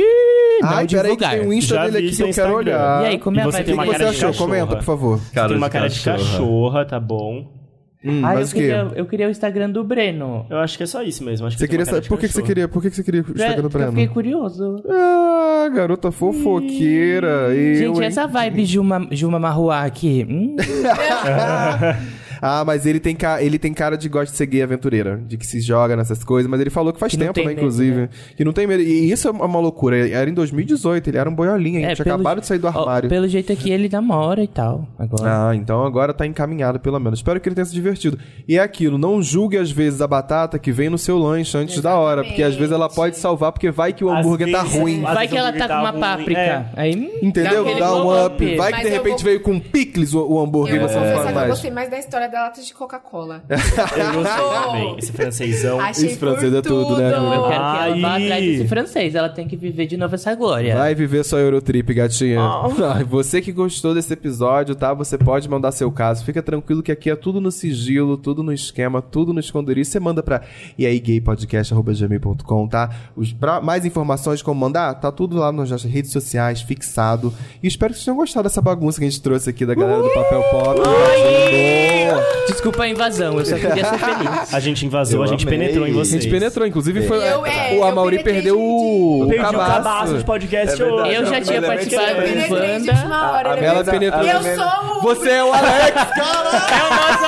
Speaker 4: não
Speaker 2: Ai, peraí, que
Speaker 4: divulgar.
Speaker 2: tem um Insta
Speaker 3: Já
Speaker 2: dele
Speaker 3: vi
Speaker 2: aqui que eu
Speaker 3: seu
Speaker 2: quero
Speaker 3: Instagram.
Speaker 2: olhar.
Speaker 4: E aí, como
Speaker 3: E
Speaker 4: é a
Speaker 3: você
Speaker 4: vibe
Speaker 3: tem
Speaker 2: o
Speaker 3: uma
Speaker 2: que
Speaker 4: dele?
Speaker 2: você
Speaker 3: cara de
Speaker 2: achou?
Speaker 3: cachorra.
Speaker 2: Comenta, por favor.
Speaker 1: Cara
Speaker 3: tem uma
Speaker 1: de
Speaker 3: cara de cachorra, tá bom.
Speaker 2: Hum,
Speaker 4: Ah, eu,
Speaker 2: mas o quê?
Speaker 4: queria, eu queria o Instagram do Breno.
Speaker 3: Eu acho que é só isso mesmo. Acho que
Speaker 2: Você
Speaker 3: eu tenho
Speaker 2: queria
Speaker 3: uma cara
Speaker 2: saber.
Speaker 3: de
Speaker 2: Por que, que você
Speaker 3: cachorro.
Speaker 2: queria? Por que, que você queria o Instagram do
Speaker 4: Porque eu fiquei
Speaker 2: Breno?
Speaker 4: curioso.
Speaker 2: Ah, garota fofoqueira. Eu,
Speaker 4: Gente, é
Speaker 2: hein?
Speaker 4: essa vibe Juma, Juma Marruá aqui. hum,
Speaker 2: Ah, mas ele tem, ca... ele tem cara de gosta de ser gay aventureira, de que se joga nessas coisas, mas ele falou que faz
Speaker 4: Que não
Speaker 2: tempo, né,
Speaker 4: tem medo,
Speaker 2: inclusive. Que não tem medo. E isso é uma loucura. Ele- Era em 2018, ele era um boiolinha, a gente
Speaker 4: É, pelo
Speaker 2: acabaram
Speaker 4: je-
Speaker 2: de sair do
Speaker 4: ó,
Speaker 2: armário.
Speaker 4: pelo jeito aqui, ele namora e tal. Agora.
Speaker 2: Ah, então agora tá encaminhado, pelo menos. Espero que ele tenha se divertido. E é aquilo, não julgue às vezes a batata que vem no seu lanche antes da hora, porque às vezes ela pode salvar, porque vai que o
Speaker 3: Às
Speaker 2: hambúrguer tá
Speaker 3: vezes-
Speaker 2: ruim.
Speaker 3: Às
Speaker 4: Vai
Speaker 3: vezes
Speaker 4: que
Speaker 3: o
Speaker 4: ela
Speaker 3: hambúrguer
Speaker 4: tá com
Speaker 3: tá
Speaker 4: uma
Speaker 3: ruim,
Speaker 4: páprica.
Speaker 3: é.
Speaker 4: Aí, hum, dá
Speaker 2: Entendeu?
Speaker 4: aquele
Speaker 2: Dá um
Speaker 4: glow
Speaker 2: up. Vai que
Speaker 5: Mas
Speaker 2: de
Speaker 5: eu
Speaker 2: repente
Speaker 5: vou-
Speaker 2: veio com picles o, o hambúrguer
Speaker 5: Eu
Speaker 2: e
Speaker 5: vou
Speaker 2: você não come
Speaker 5: confessar que é, eu
Speaker 2: mais.
Speaker 5: gostei mais da história da lata de Coca-Cola.
Speaker 3: É, Eu
Speaker 2: <laughs>
Speaker 3: gostei também. Esse francesão.
Speaker 5: Achei
Speaker 2: Esse francês é tudo, né?
Speaker 4: Eu quero que ela vá
Speaker 3: Aí.
Speaker 4: atrás desse francês. Ela tem que viver de novo essa
Speaker 5: É.
Speaker 4: glória.
Speaker 2: Vai viver sua Eurotrip, gatinha. <laughs> Ai, Você que gostou desse episódio, tá? Você pode mandar seu caso. Fica tranquilo que aqui é tudo no sigilo, tudo no esquema, tudo no esconderijo. Você manda pra e aí gaypodcast.gmail.com, tá? Os, pra mais informações como mandar, tá tudo lá nas nossas redes sociais, fixado. E espero que vocês tenham gostado dessa bagunça que a gente trouxe aqui da galera do Papel Pop.
Speaker 4: Desculpa a invasão, eu só
Speaker 3: <laughs>
Speaker 4: queria ser feliz.
Speaker 3: A gente invasou,
Speaker 1: Eu
Speaker 3: a gente
Speaker 1: amei.
Speaker 3: penetrou em
Speaker 1: A
Speaker 2: A
Speaker 3: vocês.
Speaker 2: gente penetrou, inclusive foi.
Speaker 5: Eu, é,
Speaker 2: o
Speaker 5: eu
Speaker 2: Amauri
Speaker 5: penetrei,
Speaker 2: perdeu o,
Speaker 3: É Eu
Speaker 2: o
Speaker 3: perdi o
Speaker 2: cabaço.
Speaker 3: cabaço de podcast hoje.
Speaker 4: Eu já tinha
Speaker 1: É Mas é
Speaker 4: participado
Speaker 1: verdade.
Speaker 4: do
Speaker 5: Penetrei de
Speaker 4: Wanda.
Speaker 5: última hora.
Speaker 1: A- a
Speaker 5: né?
Speaker 2: Bela
Speaker 1: Mas a-
Speaker 2: penetrou.
Speaker 5: Eu sou o...
Speaker 2: um Você
Speaker 5: <laughs>
Speaker 2: é o Alex!
Speaker 4: É o nosso,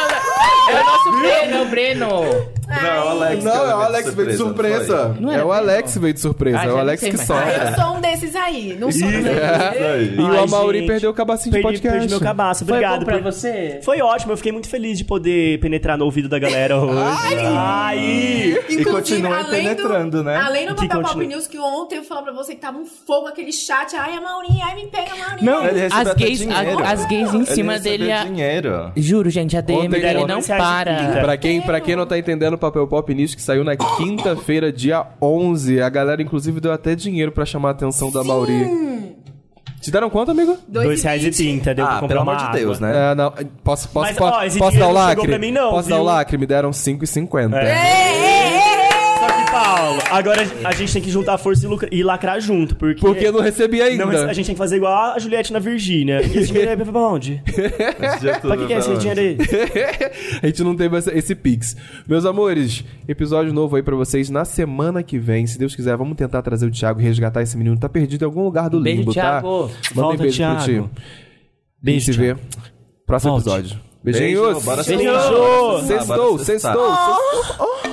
Speaker 4: é o nosso Breno, é o Breno.
Speaker 1: Não, é o Alex.
Speaker 2: Não,
Speaker 1: cara,
Speaker 2: é o Alex veio de surpresa.
Speaker 4: Não
Speaker 2: É
Speaker 4: era
Speaker 2: o
Speaker 3: né?
Speaker 4: bem,
Speaker 2: Alex veio de surpresa.
Speaker 4: Ah,
Speaker 2: É o
Speaker 4: já
Speaker 2: Alex
Speaker 4: nem
Speaker 2: que
Speaker 4: sei mais.
Speaker 5: Ah,
Speaker 2: sofre.
Speaker 5: eu sou um desses aí. Não sou um desses.
Speaker 2: E
Speaker 1: Isso
Speaker 2: o
Speaker 3: Ai,
Speaker 2: Amaury
Speaker 3: gente,
Speaker 2: perdeu o cabacinho de
Speaker 3: Perdi,
Speaker 2: podcast.
Speaker 3: perdi meu cabaço. Obrigado.
Speaker 4: Foi bom pra
Speaker 3: por-
Speaker 4: você?
Speaker 3: Foi ótimo, eu fiquei muito feliz de poder penetrar no ouvido da galera hoje. Ai!
Speaker 5: Inclusive,
Speaker 1: continuem
Speaker 5: além
Speaker 1: penetrando,
Speaker 5: do,
Speaker 1: né?
Speaker 5: Além do
Speaker 3: Que
Speaker 5: Papel Pop
Speaker 3: continua.
Speaker 5: News, que ontem eu falei pra você que tava um fogo aquele chat. Ai, a Maurinha, ai, me pega, Maurinha.
Speaker 4: Não,
Speaker 1: Ele recebeu
Speaker 4: as
Speaker 1: até
Speaker 4: gays, a-
Speaker 1: dinheiro.
Speaker 4: as gays em
Speaker 1: Ele
Speaker 4: cima
Speaker 1: recebeu
Speaker 4: dele. é- a-
Speaker 1: dinheiro.
Speaker 4: Juro, gente, a DM
Speaker 2: Ontem-
Speaker 4: dele
Speaker 2: ontem
Speaker 4: não
Speaker 3: você acha que
Speaker 4: para.
Speaker 3: quinta.
Speaker 2: Pra quem, pra quem não tá entendendo o Papel Pop News, que saiu na quinta-feira, dia 11, a galera inclusive deu até dinheiro pra chamar a atenção da Mauri. Te deram quanto, amigo?
Speaker 5: Dois
Speaker 3: Dois
Speaker 5: e
Speaker 3: reais e
Speaker 5: vinte.
Speaker 3: trinta, deu pra
Speaker 1: Ah,
Speaker 3: comprar
Speaker 1: pelo
Speaker 3: uma
Speaker 1: amor de Deus,
Speaker 3: água.
Speaker 1: né?
Speaker 2: É, não, posso, posso,
Speaker 3: Mas,
Speaker 2: posso,
Speaker 3: ó, esse
Speaker 2: posso dar
Speaker 3: dinheiro
Speaker 2: o
Speaker 3: não chegou
Speaker 2: lacre?
Speaker 3: pra mim, não,
Speaker 2: posso dar o
Speaker 3: viu? É.
Speaker 2: lacre? Me deram 5,50.
Speaker 5: É,
Speaker 3: Só que, Paulo, agora a gente tem que juntar força e, lucra- e lacrar junto, porque...
Speaker 2: Porque eu não recebi ainda.
Speaker 3: Não, mas a gente tem que fazer igual a Juliette na Virgínia. E Esse dinheiro é pra onde?
Speaker 1: Esse dia
Speaker 3: Pra que,
Speaker 1: tudo,
Speaker 3: que é esse
Speaker 1: pelo
Speaker 3: dinheiro aí?
Speaker 2: <laughs> a gente não teve essa- esse pix. Meus amores, episódio novo aí pra vocês na semana que vem. Se Deus quiser, vamos tentar trazer o Thiago e resgatar esse menino. que Tá perdido em algum lugar do
Speaker 4: Beijo,
Speaker 2: limbo,
Speaker 4: Thiago.
Speaker 2: tá? Manda um
Speaker 3: Volta,
Speaker 2: beijo pro
Speaker 3: Thiago.
Speaker 2: Tio. Beijo,
Speaker 3: Beijo,
Speaker 2: te vê. Próximo
Speaker 3: Volte.
Speaker 2: episódio.
Speaker 1: Beijo,
Speaker 2: Beijinhos.
Speaker 1: bora
Speaker 3: Beijo.
Speaker 1: sextar. Bora
Speaker 2: Sextou,
Speaker 1: sextar.
Speaker 2: sextou, sextou.